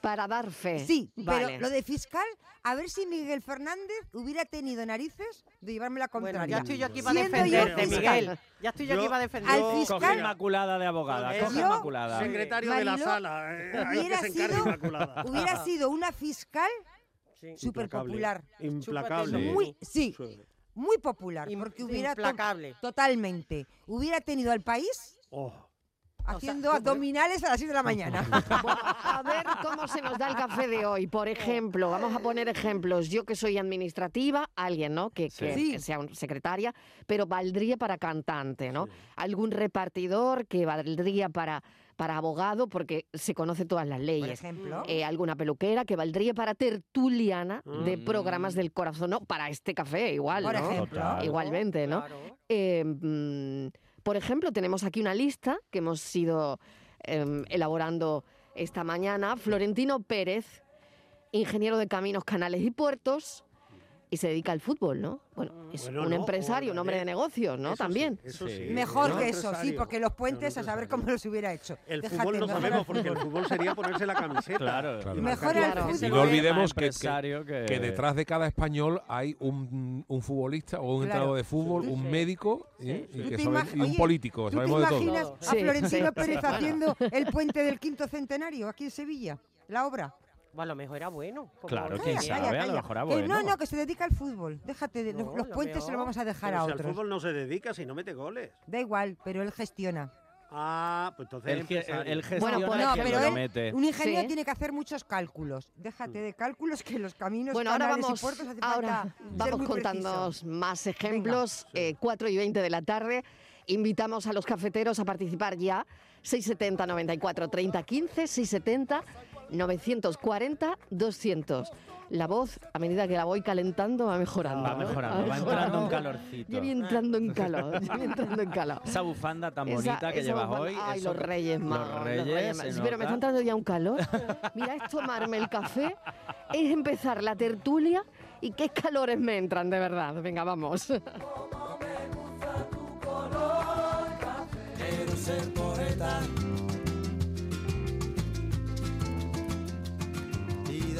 [SPEAKER 1] Para dar fe.
[SPEAKER 7] Sí,
[SPEAKER 1] Vale.
[SPEAKER 7] pero lo de fiscal, a ver si Miguel Fernández hubiera tenido narices de llevarme la
[SPEAKER 8] Bueno,
[SPEAKER 7] contraria.
[SPEAKER 8] ya estoy yo aquí para
[SPEAKER 7] Siendo yo
[SPEAKER 8] defenderte,
[SPEAKER 7] fiscal.
[SPEAKER 8] Miguel. Ya estoy yo,
[SPEAKER 6] Yo-
[SPEAKER 8] aquí para
[SPEAKER 7] Al
[SPEAKER 8] defenderte.
[SPEAKER 7] fiscal-
[SPEAKER 5] Coge Inmaculada de abogada,
[SPEAKER 6] Yo-
[SPEAKER 5] coge Inmaculada.
[SPEAKER 6] Secretario de la
[SPEAKER 7] Mariló,
[SPEAKER 6] sala. eh, ahí que
[SPEAKER 7] hubiera
[SPEAKER 6] se encarga
[SPEAKER 7] sido-
[SPEAKER 6] Inmaculada.
[SPEAKER 7] Hubiera sido una fiscal
[SPEAKER 8] Sí.
[SPEAKER 7] súper popular.
[SPEAKER 6] Implacable.
[SPEAKER 5] Sí.
[SPEAKER 7] Muy, sí,
[SPEAKER 6] Sí.
[SPEAKER 7] muy popular.
[SPEAKER 8] Im-
[SPEAKER 7] Porque hubiera to-
[SPEAKER 8] implacable.
[SPEAKER 7] totalmente. Hubiera tenido al país
[SPEAKER 6] Oh,
[SPEAKER 8] sea,
[SPEAKER 7] haciendo
[SPEAKER 8] yo creo-
[SPEAKER 7] abdominales a
[SPEAKER 8] <laughs>
[SPEAKER 7] las 6 de la mañana.
[SPEAKER 1] Bueno, a ver cómo se nos da el café de hoy.
[SPEAKER 7] Oh.
[SPEAKER 1] Por ejemplo, vamos a poner ejemplos. Yo que soy administrativa, alguien, ¿no? Que, que-
[SPEAKER 7] Sí.
[SPEAKER 1] que sea un- secretaria, pero valdría para cantante, ¿no? Algún repartidor que valdría para, para abogado, porque se conocen todas las
[SPEAKER 7] Por
[SPEAKER 1] leyes.
[SPEAKER 7] ejemplo.
[SPEAKER 1] Eh, alguna peluquera que valdría para tertuliana de
[SPEAKER 5] Mm.
[SPEAKER 1] programas del corazón, ¿no? Para este café, igual,
[SPEAKER 7] Por
[SPEAKER 1] ¿no?
[SPEAKER 7] ejemplo.
[SPEAKER 5] Total.
[SPEAKER 1] Igualmente, ¿no?
[SPEAKER 8] Claro.
[SPEAKER 1] Eh, mm, por ejemplo, tenemos aquí una lista que hemos ido em, elaborando esta mañana. Florentino Pérez, ingeniero de caminos, canales y puertos, y se dedica al fútbol, ¿no?
[SPEAKER 7] Ah.
[SPEAKER 1] Bueno, es
[SPEAKER 6] Bueno,
[SPEAKER 1] un
[SPEAKER 6] no,
[SPEAKER 1] empresario, un hombre de
[SPEAKER 6] órale.
[SPEAKER 1] negocios, ¿no?
[SPEAKER 6] Eso sí,
[SPEAKER 1] También.
[SPEAKER 6] eso sí.
[SPEAKER 5] Sí.
[SPEAKER 7] Mejor
[SPEAKER 6] Era
[SPEAKER 7] que
[SPEAKER 6] un
[SPEAKER 7] eso, sí,
[SPEAKER 6] empresario.
[SPEAKER 7] porque los puentes
[SPEAKER 6] Era
[SPEAKER 7] a
[SPEAKER 6] un
[SPEAKER 7] saber
[SPEAKER 6] empresario.
[SPEAKER 7] cómo los hubiera hecho.
[SPEAKER 6] El
[SPEAKER 7] Déjate,
[SPEAKER 6] fútbol no
[SPEAKER 7] mejor
[SPEAKER 6] sabemos,
[SPEAKER 7] al
[SPEAKER 6] porque el
[SPEAKER 7] fútbol.
[SPEAKER 6] fútbol sería ponerse la camiseta.
[SPEAKER 5] Claro.
[SPEAKER 4] Claro.
[SPEAKER 6] Y
[SPEAKER 7] Mejor
[SPEAKER 6] marcar
[SPEAKER 7] al
[SPEAKER 6] la
[SPEAKER 7] fútbol.
[SPEAKER 6] diferencia.
[SPEAKER 4] Y no olvidemos que- que-
[SPEAKER 5] Empresario que,
[SPEAKER 4] Que detrás de cada español hay un, un futbolista o un
[SPEAKER 7] Claro.
[SPEAKER 4] entrenador de fútbol,
[SPEAKER 8] Sí,
[SPEAKER 4] un
[SPEAKER 8] sí.
[SPEAKER 4] médico ¿eh?
[SPEAKER 8] Sí,
[SPEAKER 4] y,
[SPEAKER 7] sí. ¿Tú
[SPEAKER 4] que
[SPEAKER 7] te
[SPEAKER 4] sabe-
[SPEAKER 7] imag-
[SPEAKER 4] y un
[SPEAKER 7] oye,
[SPEAKER 4] político.
[SPEAKER 7] ¿Tú te
[SPEAKER 4] Sabemos de todo.
[SPEAKER 7] imaginas
[SPEAKER 8] Todo.
[SPEAKER 7] <laughs> a
[SPEAKER 1] Sí,
[SPEAKER 7] Florentino
[SPEAKER 1] sí.
[SPEAKER 7] Pérez
[SPEAKER 1] Bueno.
[SPEAKER 7] haciendo el puente del quinto centenario aquí en Sevilla? La obra.
[SPEAKER 8] Bueno, a lo mejor era bueno. como-
[SPEAKER 5] Claro,
[SPEAKER 7] Calla,
[SPEAKER 5] quién
[SPEAKER 7] calla,
[SPEAKER 5] sabe, a lo
[SPEAKER 7] calla.
[SPEAKER 5] mejor
[SPEAKER 6] Ah,
[SPEAKER 5] a
[SPEAKER 7] Que No,
[SPEAKER 5] bueno.
[SPEAKER 7] no, que se dedica al fútbol. Déjate, de,
[SPEAKER 8] No,
[SPEAKER 7] los
[SPEAKER 8] lo
[SPEAKER 7] puentes se los
[SPEAKER 8] peor.
[SPEAKER 7] vamos a dejar
[SPEAKER 6] Pero
[SPEAKER 7] a
[SPEAKER 6] si al
[SPEAKER 7] otros.
[SPEAKER 6] fútbol no se dedica si no mete goles.
[SPEAKER 7] Da igual, pero él gestiona.
[SPEAKER 6] Ah, pues entonces
[SPEAKER 5] El, que-
[SPEAKER 6] empresario.
[SPEAKER 5] el
[SPEAKER 1] Bueno,
[SPEAKER 5] gestiona
[SPEAKER 1] pues
[SPEAKER 5] y
[SPEAKER 1] no,
[SPEAKER 5] quien
[SPEAKER 1] pero
[SPEAKER 5] lo
[SPEAKER 1] él-
[SPEAKER 5] mete.
[SPEAKER 7] Un ingeniero
[SPEAKER 1] Sí.
[SPEAKER 7] tiene que hacer muchos cálculos.
[SPEAKER 6] Mm.
[SPEAKER 7] Déjate de cálculos que los caminos,
[SPEAKER 1] Bueno, ahora
[SPEAKER 7] canales
[SPEAKER 1] vamos,
[SPEAKER 7] y puertos hace
[SPEAKER 1] ahora
[SPEAKER 7] falta ser
[SPEAKER 1] vamos
[SPEAKER 7] muy
[SPEAKER 1] contando
[SPEAKER 7] precisos.
[SPEAKER 1] más ejemplos. eh, 4 y 20 de la tarde. Invitamos a los cafeteros a participar ya. 670 94 30 15, 670 940 200. La voz, a medida que la voy calentando, <laughs> va mejorando.
[SPEAKER 5] Va
[SPEAKER 1] ¿no?
[SPEAKER 5] mejorando, va entrando en calorcito.
[SPEAKER 1] Ya viene entrando en calor, ya viene entrando
[SPEAKER 5] <laughs>
[SPEAKER 1] en calor.
[SPEAKER 5] Esa bufanda tan
[SPEAKER 1] Esa-
[SPEAKER 5] bonita que
[SPEAKER 1] esa
[SPEAKER 5] llevas
[SPEAKER 1] bufanda-
[SPEAKER 5] hoy.
[SPEAKER 1] Ay,
[SPEAKER 5] eso-
[SPEAKER 1] los Reyes Magos.
[SPEAKER 5] Los
[SPEAKER 1] los
[SPEAKER 5] Reyes.
[SPEAKER 1] Reyes
[SPEAKER 5] se
[SPEAKER 1] Magos. Sí, Pero
[SPEAKER 5] nota.
[SPEAKER 1] me está entrando ya un calor. <laughs> Mira, es tomarme el café, es empezar la tertulia y qué calores me entran, de verdad. Venga, vamos.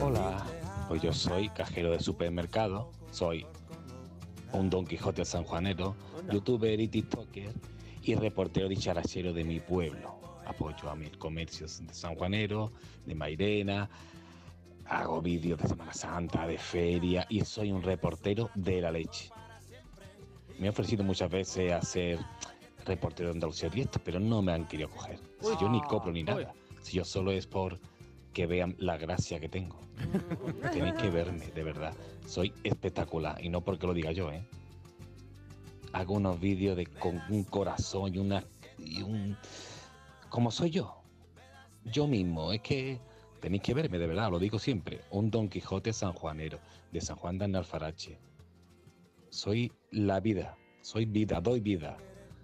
[SPEAKER 9] Hola, pues yo soy cajero de supermercado, soy un Don Quijote sanjuanero, youtuber y tiktoker y reportero dicharachero de mi pueblo. Apoyo a mis comercios de sanjuanero, de Mairena, hago vídeos de Semana Santa, de feria y soy un reportero de la leche. Me he ofrecido muchas veces a ser reportero de Andalucía Directo, pero no me han querido coger. Si yo ni cobro ni nada, si yo solo es por que vean la gracia que tengo. Tenéis que verme, de verdad. Soy espectacular y no porque lo diga yo, ¿eh? Hago unos vídeos de con un corazón y una y un como soy yo. Yo mismo, es que tenéis que verme, de verdad, lo digo siempre. Un Don Quijote sanjuanero de San Juan de Analfarache. Soy la vida, soy vida, doy vida.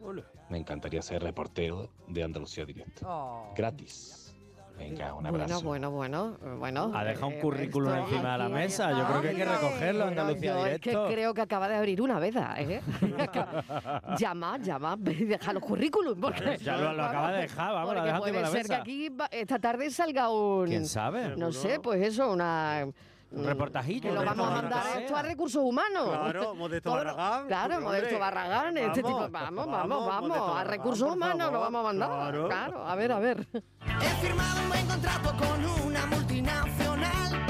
[SPEAKER 6] Ole.
[SPEAKER 9] Me encantaría ser reportero de Andalucía Directo.
[SPEAKER 7] Oh.
[SPEAKER 9] Gratis. Venga, un abrazo.
[SPEAKER 1] Bueno, bueno, bueno, eh, bueno.
[SPEAKER 5] Ha dejado un
[SPEAKER 1] eh,
[SPEAKER 5] currículum
[SPEAKER 1] esto
[SPEAKER 5] encima de la
[SPEAKER 1] aquí-
[SPEAKER 5] mesa. Yo creo que hay que
[SPEAKER 7] Hombre.
[SPEAKER 5] recogerlo, Andalucía
[SPEAKER 1] Yo es que
[SPEAKER 5] Directo.
[SPEAKER 1] creo que acaba de abrir una veda, ¿eh? <laughs> llama, llama, <laughs> y deja los currículum. Porque,
[SPEAKER 5] Ya lo, lo acaba de dejar, vamos, la
[SPEAKER 1] porque
[SPEAKER 5] dejaste
[SPEAKER 1] puede
[SPEAKER 5] por la
[SPEAKER 1] ser que
[SPEAKER 5] mesa.
[SPEAKER 1] aquí va- esta tarde salga un...
[SPEAKER 5] ¿Quién sabe?
[SPEAKER 1] No sé, pues eso, una...
[SPEAKER 5] Un
[SPEAKER 1] mm,
[SPEAKER 5] reportajillo,
[SPEAKER 1] Que lo
[SPEAKER 5] un
[SPEAKER 1] vamos a
[SPEAKER 5] reportaje,
[SPEAKER 1] mandar
[SPEAKER 5] lo que
[SPEAKER 1] esto a
[SPEAKER 5] sea.
[SPEAKER 1] recursos humanos.
[SPEAKER 6] Claro, Modesto
[SPEAKER 1] Todo lo-
[SPEAKER 6] Barragán. pues,
[SPEAKER 1] Claro,
[SPEAKER 6] hombre.
[SPEAKER 1] Modesto Barragán. Este tipo, vamos, vamos, vamos.
[SPEAKER 6] Modesto
[SPEAKER 1] a
[SPEAKER 6] Barragán,
[SPEAKER 1] recursos
[SPEAKER 6] por
[SPEAKER 1] humanos lo
[SPEAKER 6] favor.
[SPEAKER 1] vamos a mandar. Claro. a ver, a ver.
[SPEAKER 3] He firmado un buen contrato con una multinacional.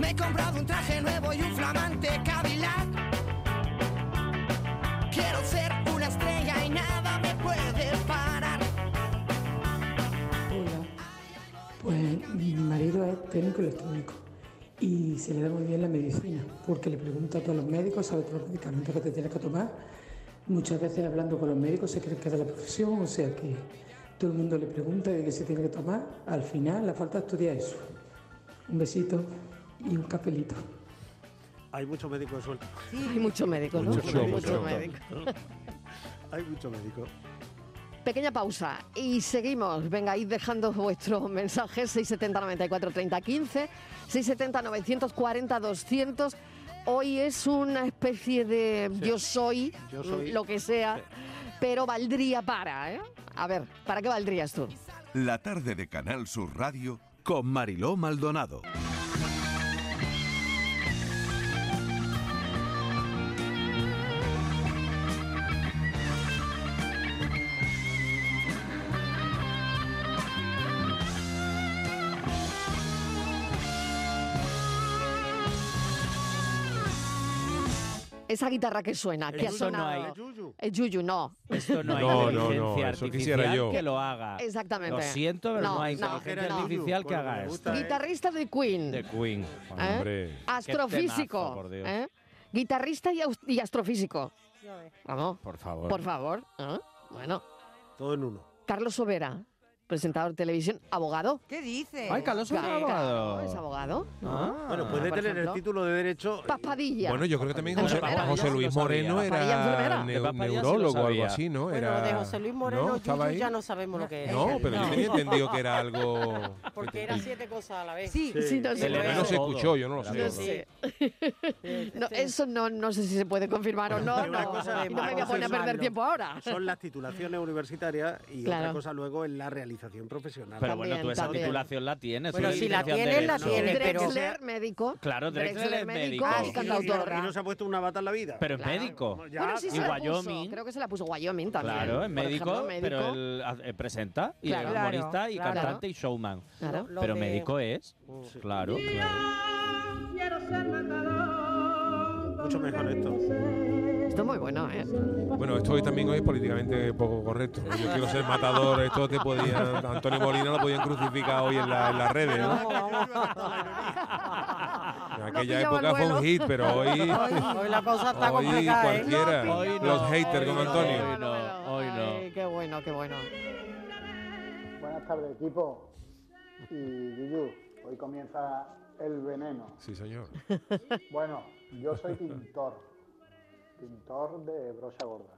[SPEAKER 3] Me he comprado un traje nuevo y un flamante Cadillac. Quiero ser una estrella y nada me puede parar.
[SPEAKER 10] Hola. Pues mi marido es técnico electrónico y se le da muy bien la medicina porque le pregunta a todos los médicos, sabe todos los medicamentos que te tienes que tomar. Muchas veces hablando con los médicos se creen que es de la profesión, o sea que todo el mundo le pregunta de qué se tiene que tomar. Al final la falta estudia eso. Un besito y un capelito.
[SPEAKER 6] Hay muchos médicos sueltos.
[SPEAKER 1] Hay muchos médicos, ¿no?
[SPEAKER 4] Mucho,
[SPEAKER 1] Hay
[SPEAKER 4] mucho.
[SPEAKER 1] médicos.
[SPEAKER 6] <laughs> Hay muchos médicos.
[SPEAKER 1] Pequeña pausa y seguimos. Venga, id dejando <laughs> vuestros mensajes 670 94 30 15, 670 940 200. Hoy es una especie de yo soy,
[SPEAKER 6] Yo soy.
[SPEAKER 1] lo que sea, pero valdría para, ¿eh? A ver, ¿para qué valdrías tú?
[SPEAKER 2] La tarde de Canal Sur Radio con Mariló Maldonado.
[SPEAKER 1] Esa guitarra que suena, que ha
[SPEAKER 5] Eso no
[SPEAKER 1] sonado.
[SPEAKER 5] hay.
[SPEAKER 6] Es Yuyu.
[SPEAKER 1] Es Yuyu, no.
[SPEAKER 5] Esto no hay
[SPEAKER 4] No, no,
[SPEAKER 5] inteligencia
[SPEAKER 4] no, eso
[SPEAKER 5] artificial
[SPEAKER 4] quisiera yo.
[SPEAKER 5] que lo haga.
[SPEAKER 1] Exactamente.
[SPEAKER 5] Lo siento, pero no,
[SPEAKER 1] No,
[SPEAKER 5] hay
[SPEAKER 1] no.
[SPEAKER 5] inteligencia
[SPEAKER 6] Era Yuyu,
[SPEAKER 5] artificial
[SPEAKER 6] con
[SPEAKER 5] que
[SPEAKER 6] lo que
[SPEAKER 5] haga
[SPEAKER 6] me
[SPEAKER 5] esto.
[SPEAKER 6] gusta, ¿eh?
[SPEAKER 1] Guitarrista de Queen. ¿eh?
[SPEAKER 5] De Queen.
[SPEAKER 4] Hombre.
[SPEAKER 1] astrofísico.
[SPEAKER 5] temazo, por Dios.
[SPEAKER 1] ¿eh? Guitarrista y, aus- y astrofísico.
[SPEAKER 8] Ya ves.
[SPEAKER 1] Vamos,
[SPEAKER 5] Por favor.
[SPEAKER 1] por favor. ¿eh? Bueno,
[SPEAKER 6] Todo en uno.
[SPEAKER 1] Carlos Sobera, presentador de televisión, abogado.
[SPEAKER 7] ¿Qué dices?
[SPEAKER 5] Ay, Carlos es un
[SPEAKER 1] Eh, Claro,
[SPEAKER 5] abogado.
[SPEAKER 1] Es abogado.
[SPEAKER 5] Ah.
[SPEAKER 6] Bueno, puede
[SPEAKER 1] por
[SPEAKER 6] tener
[SPEAKER 1] ejemplo.
[SPEAKER 6] el título de derecho. y-
[SPEAKER 1] Paspadilla.
[SPEAKER 4] Bueno, yo creo que también
[SPEAKER 1] Bueno,
[SPEAKER 4] José,
[SPEAKER 1] Papadilla
[SPEAKER 4] José
[SPEAKER 1] sí lo
[SPEAKER 4] Luis
[SPEAKER 5] sabía.
[SPEAKER 4] Moreno
[SPEAKER 1] Papadilla enfermera.
[SPEAKER 4] era
[SPEAKER 5] De
[SPEAKER 4] neu-
[SPEAKER 5] Papadilla sí lo
[SPEAKER 4] neurólogo o algo
[SPEAKER 5] sabía.
[SPEAKER 4] así, ¿no?
[SPEAKER 8] Bueno,
[SPEAKER 4] Era...
[SPEAKER 8] de José Luis
[SPEAKER 4] no,
[SPEAKER 8] Moreno,
[SPEAKER 4] estaba
[SPEAKER 8] Yuyu,
[SPEAKER 4] ahí.
[SPEAKER 8] ya no sabemos lo que es.
[SPEAKER 4] No, pero yo
[SPEAKER 8] No.
[SPEAKER 4] tenía entendido que
[SPEAKER 5] <laughs>
[SPEAKER 4] era algo.
[SPEAKER 8] Porque era siete cosas a la vez.
[SPEAKER 7] Sí,
[SPEAKER 1] Sí, no
[SPEAKER 4] Por
[SPEAKER 1] sé.
[SPEAKER 4] lo menos se
[SPEAKER 5] Todo.
[SPEAKER 4] escuchó, yo no lo
[SPEAKER 5] Era
[SPEAKER 4] sé.
[SPEAKER 5] todo.
[SPEAKER 1] No sé.
[SPEAKER 8] Sí,
[SPEAKER 1] No,
[SPEAKER 8] sí.
[SPEAKER 1] eso no, no sé si se puede confirmar o no.
[SPEAKER 6] y una
[SPEAKER 1] no,
[SPEAKER 6] cosa
[SPEAKER 1] y
[SPEAKER 6] es
[SPEAKER 1] no me voy a poner a perder
[SPEAKER 6] confirmarlo.
[SPEAKER 1] tiempo ahora.
[SPEAKER 6] Son las titulaciones universitarias y
[SPEAKER 1] Claro.
[SPEAKER 6] otra cosa luego es la realización profesional.
[SPEAKER 5] Pero
[SPEAKER 1] También,
[SPEAKER 5] bueno, tú esa
[SPEAKER 1] también.
[SPEAKER 5] titulación la tienes. tú
[SPEAKER 8] Bueno,
[SPEAKER 5] eres
[SPEAKER 8] si la
[SPEAKER 5] licenciado en
[SPEAKER 8] tienes, la
[SPEAKER 5] Derecho.
[SPEAKER 8] tienes. pero-
[SPEAKER 1] Drexler, médico.
[SPEAKER 5] Claro, Drexler es médico.
[SPEAKER 1] y
[SPEAKER 5] Ah,
[SPEAKER 1] cantautor.
[SPEAKER 6] Y no se ha puesto una bata en la vida.
[SPEAKER 5] Pero es
[SPEAKER 1] Claro.
[SPEAKER 5] médico.
[SPEAKER 6] Ya,
[SPEAKER 1] bueno, sí,
[SPEAKER 5] y
[SPEAKER 1] se la
[SPEAKER 5] Wyoming.
[SPEAKER 1] puso. Creo que se la puso Wyoming también.
[SPEAKER 5] Claro, es
[SPEAKER 1] Por
[SPEAKER 5] médico,
[SPEAKER 1] ejemplo,
[SPEAKER 5] pero él ha- eh, presenta y
[SPEAKER 1] Claro.
[SPEAKER 5] es humorista y
[SPEAKER 8] Claro.
[SPEAKER 5] cantante y showman.
[SPEAKER 1] Claro.
[SPEAKER 8] Lo
[SPEAKER 5] pero
[SPEAKER 8] de-
[SPEAKER 5] médico es, claro.
[SPEAKER 6] Mucho mejor ¿eh? esto.
[SPEAKER 1] Esto es muy bueno, ¿eh?
[SPEAKER 4] Bueno, esto hoy también hoy es políticamente poco correcto. ¿no? Yo quiero ser matador. Esto te podían. Antonio Molina lo podían crucificar hoy en, la- en las redes, ¿no? En
[SPEAKER 1] pillaba
[SPEAKER 4] aquella
[SPEAKER 1] el
[SPEAKER 4] época fue
[SPEAKER 1] vuelo.
[SPEAKER 4] un hit, pero hoy.
[SPEAKER 8] Hoy la cosa está
[SPEAKER 4] Hoy
[SPEAKER 8] complicada, ¿eh?
[SPEAKER 4] cualquiera.
[SPEAKER 5] Hoy no,
[SPEAKER 4] Los haters
[SPEAKER 5] hoy
[SPEAKER 4] con
[SPEAKER 5] no,
[SPEAKER 4] Antonio.
[SPEAKER 5] hoy no, hoy no.
[SPEAKER 1] Ay, qué bueno, qué bueno.
[SPEAKER 11] Buenas tardes, equipo. Y Yuyu, hoy comienza el veneno.
[SPEAKER 4] <laughs> Sí, señor.
[SPEAKER 11] Bueno, yo soy pintor. Pintor de brocha gorda.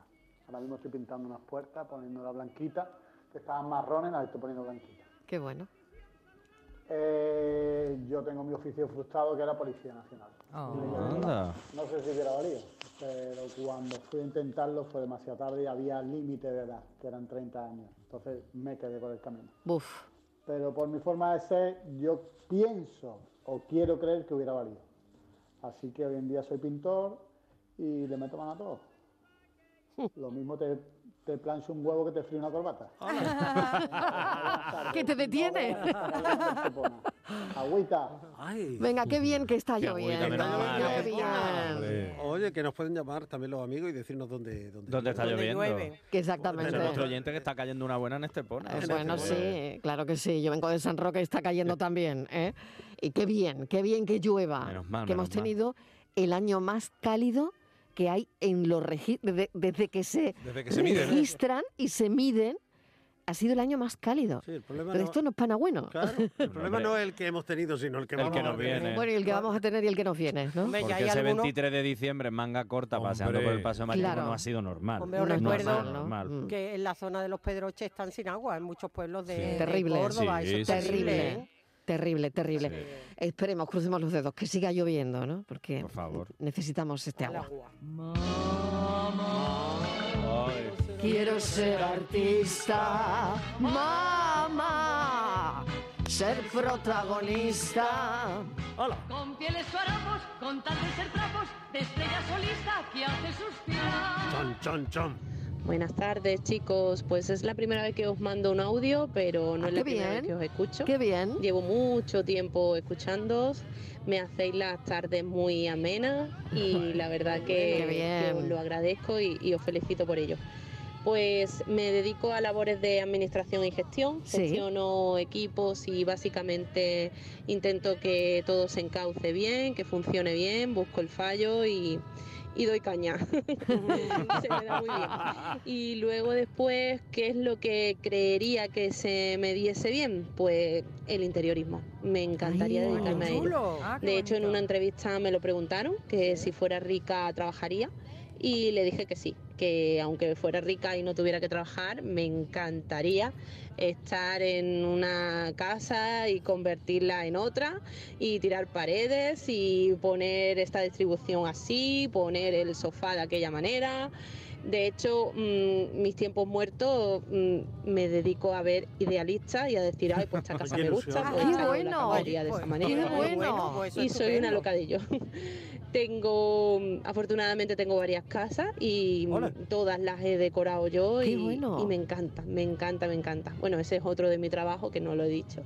[SPEAKER 11] Ahora mismo estoy pintando unas puertas, poniéndolas blanquitas, que estaban marrones, las estoy poniendo blanquitas.
[SPEAKER 1] Qué bueno.
[SPEAKER 11] Eh, yo tengo mi oficio frustrado que era Policía Nacional.
[SPEAKER 5] Anda.
[SPEAKER 11] No sé si hubiera valido, pero cuando fui a intentarlo fue demasiado tarde y había límite de edad, que eran 30 años. Entonces me quedé por el camino.
[SPEAKER 1] Buf.
[SPEAKER 11] pero por mi forma de ser, yo pienso o quiero creer que hubiera valido. Así que hoy en día soy pintor y le meto mano a todo. Lo mismo te, te plancho un huevo que te fríe una corbata.
[SPEAKER 1] Que te detiene.
[SPEAKER 11] Agüita.
[SPEAKER 6] Ay.
[SPEAKER 1] Venga, qué bien que está
[SPEAKER 5] Qué
[SPEAKER 1] lloviendo.
[SPEAKER 5] agüita, menos mal,
[SPEAKER 1] Qué
[SPEAKER 5] eh.
[SPEAKER 1] bien.
[SPEAKER 4] Hombre.
[SPEAKER 6] Oye, que nos pueden llamar también los amigos y decirnos dónde. Dónde,
[SPEAKER 5] ¿Dónde está
[SPEAKER 8] Donde
[SPEAKER 5] lloviendo?
[SPEAKER 8] llueve.
[SPEAKER 1] Que
[SPEAKER 5] Pero nuestro
[SPEAKER 1] Exactamente.
[SPEAKER 5] oyente que está cayendo una buena en este pone.
[SPEAKER 1] Eh, Bueno, sí, claro que sí. Yo vengo de San Roque y
[SPEAKER 5] <laughs>
[SPEAKER 1] está cayendo también. ¿eh? Y qué bien, qué bien que llueva.
[SPEAKER 5] Menos mal,
[SPEAKER 1] que hemos
[SPEAKER 5] menos mal.
[SPEAKER 1] tenido el año más cálido que hay en los regi- de- desde que se
[SPEAKER 4] Desde que se miden.
[SPEAKER 1] registran y se miden. Ha sido el año más cálido.
[SPEAKER 6] Sí, el problema
[SPEAKER 1] Pero
[SPEAKER 6] no,
[SPEAKER 1] esto no es pana bueno.
[SPEAKER 6] claro, el problema
[SPEAKER 5] hombre.
[SPEAKER 6] no es el que hemos tenido, sino el que,
[SPEAKER 5] El
[SPEAKER 6] vamos
[SPEAKER 5] que
[SPEAKER 6] a
[SPEAKER 5] nos
[SPEAKER 6] tener.
[SPEAKER 5] viene.
[SPEAKER 1] <laughs> Bueno, y el que vamos a tener y el que nos viene, ¿no?
[SPEAKER 8] Hombre, ya
[SPEAKER 5] Porque
[SPEAKER 8] hay
[SPEAKER 5] ese
[SPEAKER 8] algunos
[SPEAKER 5] 23 de diciembre en manga corta paseando
[SPEAKER 4] Hombre.
[SPEAKER 5] por el paseo marítimo
[SPEAKER 1] Claro.
[SPEAKER 5] no ha sido normal.
[SPEAKER 8] Hombre,
[SPEAKER 5] no
[SPEAKER 8] os
[SPEAKER 5] ha sido
[SPEAKER 8] recuerdo
[SPEAKER 5] normal.
[SPEAKER 1] Mm.
[SPEAKER 8] que en la zona de los Pedroches están sin agua, en muchos pueblos de,
[SPEAKER 5] Sí.
[SPEAKER 8] de
[SPEAKER 1] Terrible.
[SPEAKER 8] Córdoba.
[SPEAKER 5] Sí,
[SPEAKER 8] eso es
[SPEAKER 5] sí,
[SPEAKER 8] terrible.
[SPEAKER 1] sí.
[SPEAKER 8] ¿eh?
[SPEAKER 1] Terrible, terrible. Esperemos, crucemos los dedos, que siga lloviendo, ¿no? Porque
[SPEAKER 5] Por favor.
[SPEAKER 1] necesitamos este
[SPEAKER 8] El
[SPEAKER 1] agua.
[SPEAKER 8] agua.
[SPEAKER 5] Ay.
[SPEAKER 1] Quiero ser artista, mamá, ser protagonista.
[SPEAKER 12] Con pieles suarapos, con tal de ser trapos, de estrella solista que hace suspirar.
[SPEAKER 6] Chon, chon, chon.
[SPEAKER 13] Buenas tardes, chicos. Pues es la primera vez que os mando un audio, pero no
[SPEAKER 1] Ah,
[SPEAKER 13] es la
[SPEAKER 1] qué
[SPEAKER 13] primera
[SPEAKER 1] bien.
[SPEAKER 13] vez que os escucho.
[SPEAKER 1] Qué bien.
[SPEAKER 13] Llevo mucho tiempo escuchándoos. Me hacéis las tardes muy amenas y la verdad
[SPEAKER 1] Qué
[SPEAKER 13] que,
[SPEAKER 1] bien.
[SPEAKER 13] que os lo agradezco y, y os felicito por ello. Pues me dedico a labores de administración y gestión,
[SPEAKER 1] Sí.
[SPEAKER 13] gestiono equipos y básicamente intento que todo se encauce bien, que funcione bien, busco el fallo y, y doy caña. <laughs> se me da muy bien. Y luego después, ¿qué es lo que creería que se me diese bien? Pues el interiorismo. Me encantaría
[SPEAKER 1] Ay,
[SPEAKER 13] dedicarme a ello.
[SPEAKER 8] Chulo.
[SPEAKER 7] Ah, qué
[SPEAKER 13] De hecho, en
[SPEAKER 7] bonito.
[SPEAKER 13] una entrevista me lo preguntaron, que si fuera rica trabajaría, y le dije que sí, que aunque fuera rica y no tuviera que trabajar, me encantaría estar en una casa y convertirla en otra, y tirar paredes, y poner esta distribución así, poner el sofá de aquella manera. De hecho, mm, mis tiempos muertos mm, me dedico a ver idealistas y a decir, ay, pues esta casa
[SPEAKER 6] Qué
[SPEAKER 13] me
[SPEAKER 6] ilusión.
[SPEAKER 13] gusta,
[SPEAKER 1] ¡Qué
[SPEAKER 13] pues esta yo la
[SPEAKER 1] bueno!
[SPEAKER 13] acabaría de esa
[SPEAKER 8] Qué
[SPEAKER 13] manera.
[SPEAKER 1] bueno.
[SPEAKER 8] pues eso
[SPEAKER 13] Y
[SPEAKER 8] es
[SPEAKER 13] soy
[SPEAKER 8] estupendo.
[SPEAKER 13] una locadillo. tengo, mm, afortunadamente tengo varias casas y mm,
[SPEAKER 6] Ole.
[SPEAKER 13] todas las he decorado yo
[SPEAKER 1] Qué
[SPEAKER 13] y,
[SPEAKER 1] bueno.
[SPEAKER 13] y me encanta, me encanta, me encanta. Bueno, ese es otro de mi trabajo que no lo he dicho.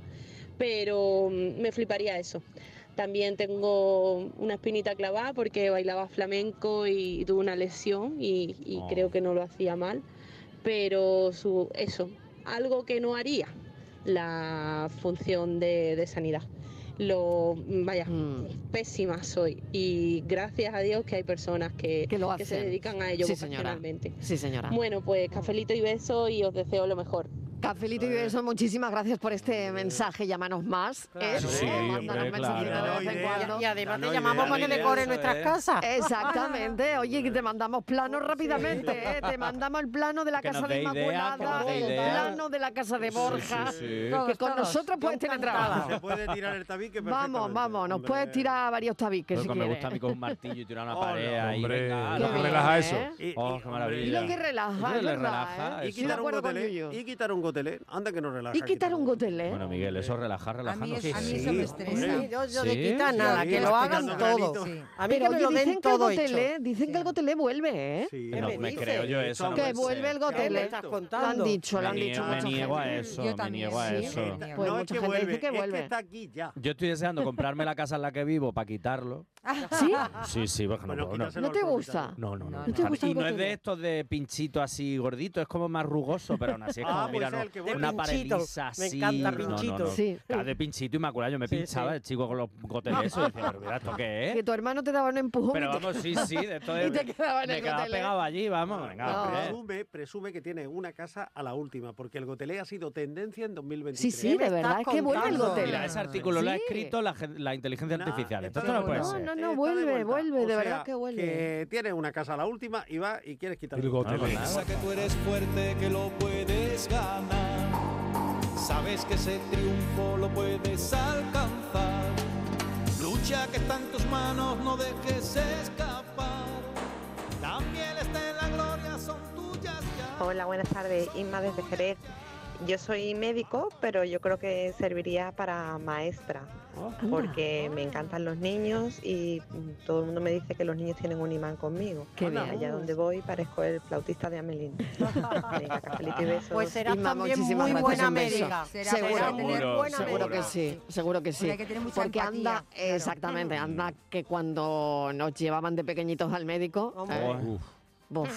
[SPEAKER 13] Pero mm, me fliparía eso. También tengo una espinita clavada porque bailaba flamenco y tuve una lesión y, y
[SPEAKER 14] Oh.
[SPEAKER 13] creo que no lo hacía mal. Pero su, eso, algo que no haría la función de, de sanidad. Lo, vaya,
[SPEAKER 1] Mm.
[SPEAKER 13] pésima soy. Y gracias a Dios que hay personas que,
[SPEAKER 1] Que lo
[SPEAKER 13] que se
[SPEAKER 1] hacen.
[SPEAKER 13] dedican a ello
[SPEAKER 1] Sí, señora.
[SPEAKER 13] profesionalmente.
[SPEAKER 1] Sí, señora.
[SPEAKER 13] Bueno, pues cafelito y beso y os deseo lo mejor.
[SPEAKER 1] Cafelito y beso, muchísimas gracias por este mensaje. Llámanos más. ¿eh?
[SPEAKER 5] Sí,
[SPEAKER 1] Mándanos
[SPEAKER 5] hombre,
[SPEAKER 1] mensajitos
[SPEAKER 5] claro.
[SPEAKER 1] de vez en cuando.
[SPEAKER 8] Y además te llamamos para que decore nuestras
[SPEAKER 5] <laughs>
[SPEAKER 8] casas.
[SPEAKER 1] Exactamente. Oye, que te mandamos planos
[SPEAKER 5] <laughs>
[SPEAKER 1] rápidamente. ¿eh? Te mandamos el plano de la
[SPEAKER 5] Que nos
[SPEAKER 1] casa de
[SPEAKER 5] dé ideas, que nos
[SPEAKER 1] Inmaculada,
[SPEAKER 5] dé
[SPEAKER 1] el
[SPEAKER 5] ideas.
[SPEAKER 1] plano de la casa de Borja.
[SPEAKER 5] sí.
[SPEAKER 1] Que
[SPEAKER 5] Todos,
[SPEAKER 1] con
[SPEAKER 5] todos.
[SPEAKER 1] nosotros puedes tener trabajo.
[SPEAKER 6] Se
[SPEAKER 5] <laughs>
[SPEAKER 6] puede tirar el tabique
[SPEAKER 1] Vamos, vamos, nos puedes tirar varios tabiques si
[SPEAKER 5] Loco, me
[SPEAKER 1] quieres.
[SPEAKER 5] gusta a mí con un martillo y tirar una
[SPEAKER 6] Oh,
[SPEAKER 5] pared
[SPEAKER 6] no.
[SPEAKER 5] ahí.
[SPEAKER 4] Hombre,
[SPEAKER 5] venga,
[SPEAKER 4] lo que
[SPEAKER 5] ala.
[SPEAKER 4] relaja eso.
[SPEAKER 6] Y-
[SPEAKER 5] Oh,
[SPEAKER 6] y-
[SPEAKER 5] qué maravilla.
[SPEAKER 1] Lo que relaja,
[SPEAKER 5] Hombre,
[SPEAKER 1] es
[SPEAKER 5] le
[SPEAKER 1] verdad,
[SPEAKER 5] relaja,
[SPEAKER 1] ¿eh?
[SPEAKER 6] Y
[SPEAKER 5] Ah, eso.
[SPEAKER 1] Estoy de
[SPEAKER 6] quitar un
[SPEAKER 1] acuerdo con
[SPEAKER 6] gotelé.
[SPEAKER 1] Yuyu.
[SPEAKER 6] Y quitar un gotelé. Anda que no relaja.
[SPEAKER 1] Y quitar un eh? gotelé.
[SPEAKER 5] Bueno, Miguel, eso relaja, relaja.
[SPEAKER 6] mí
[SPEAKER 5] no
[SPEAKER 6] es-
[SPEAKER 5] sé.
[SPEAKER 6] a mí eso me estresa.
[SPEAKER 8] Sí, yo, yo de
[SPEAKER 5] Sí,
[SPEAKER 8] quitar
[SPEAKER 5] sí,
[SPEAKER 8] nada,
[SPEAKER 5] sí.
[SPEAKER 8] que lo
[SPEAKER 5] Vas
[SPEAKER 8] hagan
[SPEAKER 5] pegando
[SPEAKER 8] todo.
[SPEAKER 5] granitos.
[SPEAKER 8] A mí que me
[SPEAKER 1] oye,
[SPEAKER 8] lo
[SPEAKER 1] dicen
[SPEAKER 8] den
[SPEAKER 1] que el
[SPEAKER 8] todo hecho.
[SPEAKER 1] gotelé, dicen que el gotelé vuelve, ¿eh?
[SPEAKER 5] Que No me creo yo eso. no
[SPEAKER 1] que
[SPEAKER 5] puede
[SPEAKER 1] vuelve
[SPEAKER 5] ser.
[SPEAKER 1] el gotelé.
[SPEAKER 8] estás
[SPEAKER 1] Lo han
[SPEAKER 8] contando?
[SPEAKER 1] dicho, lo
[SPEAKER 5] Me
[SPEAKER 1] han
[SPEAKER 5] nie-
[SPEAKER 1] dicho
[SPEAKER 5] Me
[SPEAKER 1] mucha
[SPEAKER 5] niego a
[SPEAKER 1] gente.
[SPEAKER 5] eso, me niego a eso.
[SPEAKER 1] Pues
[SPEAKER 6] No, es
[SPEAKER 1] mucha
[SPEAKER 6] que
[SPEAKER 1] gente
[SPEAKER 6] vuelve.
[SPEAKER 1] dice que
[SPEAKER 6] es
[SPEAKER 1] vuelve.
[SPEAKER 6] que está aquí ya.
[SPEAKER 5] Yo estoy deseando comprarme la casa en la que vivo para quitarlo.
[SPEAKER 7] Ah. <laughs>
[SPEAKER 1] ¿Sí?
[SPEAKER 5] Sí, sí, porque no puedo, no.
[SPEAKER 1] ¿No te gusta?
[SPEAKER 5] No, no, no.
[SPEAKER 1] No
[SPEAKER 5] me
[SPEAKER 1] te
[SPEAKER 5] gusta.
[SPEAKER 1] gusta el
[SPEAKER 5] y no es
[SPEAKER 1] gotelé.
[SPEAKER 5] de estos de pinchito así gordito, es como más rugoso, pero aún así es <laughs>
[SPEAKER 6] Ah,
[SPEAKER 5] como,
[SPEAKER 6] pues
[SPEAKER 5] mira,
[SPEAKER 6] es
[SPEAKER 5] no,
[SPEAKER 6] el que vuelve.
[SPEAKER 5] una
[SPEAKER 6] De
[SPEAKER 5] parelisa
[SPEAKER 6] pinchito. Me
[SPEAKER 5] así.
[SPEAKER 6] encanta
[SPEAKER 5] no, no,
[SPEAKER 6] pinchito.
[SPEAKER 5] no.
[SPEAKER 1] Sí.
[SPEAKER 5] Claro, de pinchito inmaculado, yo me pinchaba el chico con los <laughs> goteles esos, y decía, pero mira, ¿esto qué es?
[SPEAKER 1] Que tu hermano te daba un empujón.
[SPEAKER 5] Pero
[SPEAKER 1] y te-
[SPEAKER 5] vamos, sí, sí, de todo
[SPEAKER 1] <laughs> Y te quedaba en
[SPEAKER 5] me
[SPEAKER 1] el
[SPEAKER 5] quedaba
[SPEAKER 1] gotelé.
[SPEAKER 5] pegado allí, vamos, venga,
[SPEAKER 1] No.
[SPEAKER 5] hombre.
[SPEAKER 6] Presume, presume que tiene una casa a la última, porque el gotelé ha sido tendencia en 2023.
[SPEAKER 1] Sí, sí, de verdad, es que vuelve el gotelé.
[SPEAKER 5] Mira, ese artículo lo ha
[SPEAKER 1] Sí.
[SPEAKER 5] escrito la, gen- la inteligencia artificial. Esto no puede
[SPEAKER 1] No,
[SPEAKER 5] ser.
[SPEAKER 1] no, no, vuelve, vuelve, de
[SPEAKER 6] O
[SPEAKER 1] verdad
[SPEAKER 6] sea,
[SPEAKER 1] que vuelve.
[SPEAKER 6] Que tiene una casa a la última y va y quieres quitar
[SPEAKER 4] El gotelé.
[SPEAKER 14] Piensa que tú eres fuerte, que lo puedes ganar. Sabes que ese triunfo lo puedes alcanzar. Lucha que está en tus manos, no dejes escapar. También está en la gloria, son tuyas ya.
[SPEAKER 15] Hola, buenas tardes. Inma desde Jerez. Yo soy médico, pero yo creo que serviría para maestra, porque me encantan los niños y mm, todo el mundo me dice que los niños tienen un imán conmigo.
[SPEAKER 1] Qué bien.
[SPEAKER 15] Allá donde voy parezco el flautista de
[SPEAKER 1] <laughs>
[SPEAKER 15] Amelín. Venga, cafelito y besos.
[SPEAKER 8] Pues serás
[SPEAKER 1] Inma,
[SPEAKER 8] también
[SPEAKER 1] muchísimas
[SPEAKER 8] muy
[SPEAKER 1] gracias,
[SPEAKER 8] buena
[SPEAKER 1] un beso.
[SPEAKER 8] médica.
[SPEAKER 1] Seguro,
[SPEAKER 8] Serás
[SPEAKER 1] seguro,
[SPEAKER 8] tener buena
[SPEAKER 1] seguro que
[SPEAKER 8] médica.
[SPEAKER 1] sí, seguro que sí.
[SPEAKER 7] Porque hay que tener mucha
[SPEAKER 1] Porque
[SPEAKER 7] empatía,
[SPEAKER 1] anda, exactamente,
[SPEAKER 8] Mm.
[SPEAKER 1] anda que cuando nos llevaban de pequeñitos al médico,
[SPEAKER 5] Buah.
[SPEAKER 1] eh, buf,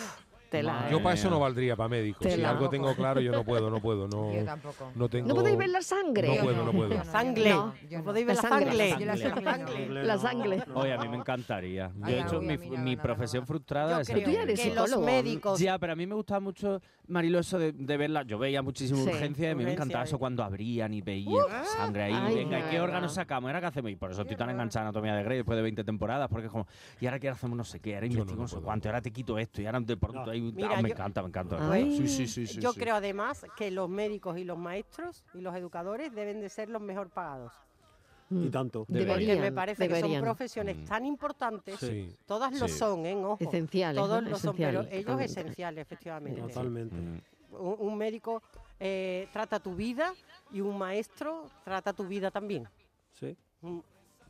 [SPEAKER 1] tela.
[SPEAKER 4] Yo
[SPEAKER 1] eh.
[SPEAKER 4] para eso no valdría, para médico.
[SPEAKER 1] Te
[SPEAKER 4] Si
[SPEAKER 1] la-
[SPEAKER 4] algo tengo claro, yo no puedo, no puedo. No,
[SPEAKER 7] Yo tampoco.
[SPEAKER 4] No, tengo,
[SPEAKER 1] ¿No podéis ver la sangre?
[SPEAKER 4] No puedo, no puedo.
[SPEAKER 8] Sangre.
[SPEAKER 1] No,
[SPEAKER 8] No podéis
[SPEAKER 1] La
[SPEAKER 8] ver la
[SPEAKER 1] sangre, la
[SPEAKER 8] sangre.
[SPEAKER 1] sangre. Yo la sangre no. La sangre.
[SPEAKER 5] <laughs> Oye, a mí me encantaría. Yo he
[SPEAKER 7] no,
[SPEAKER 5] hecho
[SPEAKER 7] voy,
[SPEAKER 5] mi,
[SPEAKER 7] a mí no,
[SPEAKER 5] mi
[SPEAKER 7] no, no,
[SPEAKER 5] profesión frustrada.
[SPEAKER 8] Yo
[SPEAKER 5] es
[SPEAKER 8] creo
[SPEAKER 5] el
[SPEAKER 8] Tú ya eres
[SPEAKER 5] médico.
[SPEAKER 8] que los psicólogo. médicos-
[SPEAKER 5] Ya, pero a mí me gustaba mucho, Marilo, eso de, de verla. Yo veía muchísimo
[SPEAKER 1] Sí,
[SPEAKER 5] urgencia y a mí me
[SPEAKER 8] urgencia, ¡Uh!
[SPEAKER 5] encantaba
[SPEAKER 8] eh.
[SPEAKER 5] eso cuando abrían y veían sangre ahí.
[SPEAKER 1] Ay,
[SPEAKER 5] venga, ¿qué
[SPEAKER 1] no.
[SPEAKER 5] órgano sacamos? Era que hacemos. Y por eso estoy tan enganchada a Anatomía de Grey después de 20 temporadas, porque es como, y ahora qué hacemos no sé qué, ahora investigamos no sé cuánto, y ahora te quito esto, y ahora de pronto
[SPEAKER 8] No.
[SPEAKER 5] ahí- ah,
[SPEAKER 8] Mira,
[SPEAKER 5] me
[SPEAKER 8] yo-
[SPEAKER 5] encanta, me encanta.
[SPEAKER 8] Ay.
[SPEAKER 5] Sí, sí, sí. sí,
[SPEAKER 8] Yo
[SPEAKER 5] sí.
[SPEAKER 8] creo además que los médicos y los maestros y los educadores deben de ser los mejor pagados.
[SPEAKER 6] Y tanto.
[SPEAKER 8] Porque
[SPEAKER 1] Deberían,
[SPEAKER 8] me parece que son
[SPEAKER 1] deberían.
[SPEAKER 8] profesiones tan importantes.
[SPEAKER 6] Mm. Sí.
[SPEAKER 8] Todas lo
[SPEAKER 5] Sí.
[SPEAKER 8] son, ¿eh? Ojo.
[SPEAKER 1] Esenciales,
[SPEAKER 8] Todos
[SPEAKER 1] ¿no?
[SPEAKER 8] lo son, pero
[SPEAKER 1] Esenciales,
[SPEAKER 8] ellos
[SPEAKER 1] totalmente.
[SPEAKER 8] esenciales, efectivamente.
[SPEAKER 6] Totalmente.
[SPEAKER 8] Un, un médico eh, trata tu vida y un maestro trata tu vida también.
[SPEAKER 6] Sí.
[SPEAKER 8] Mm.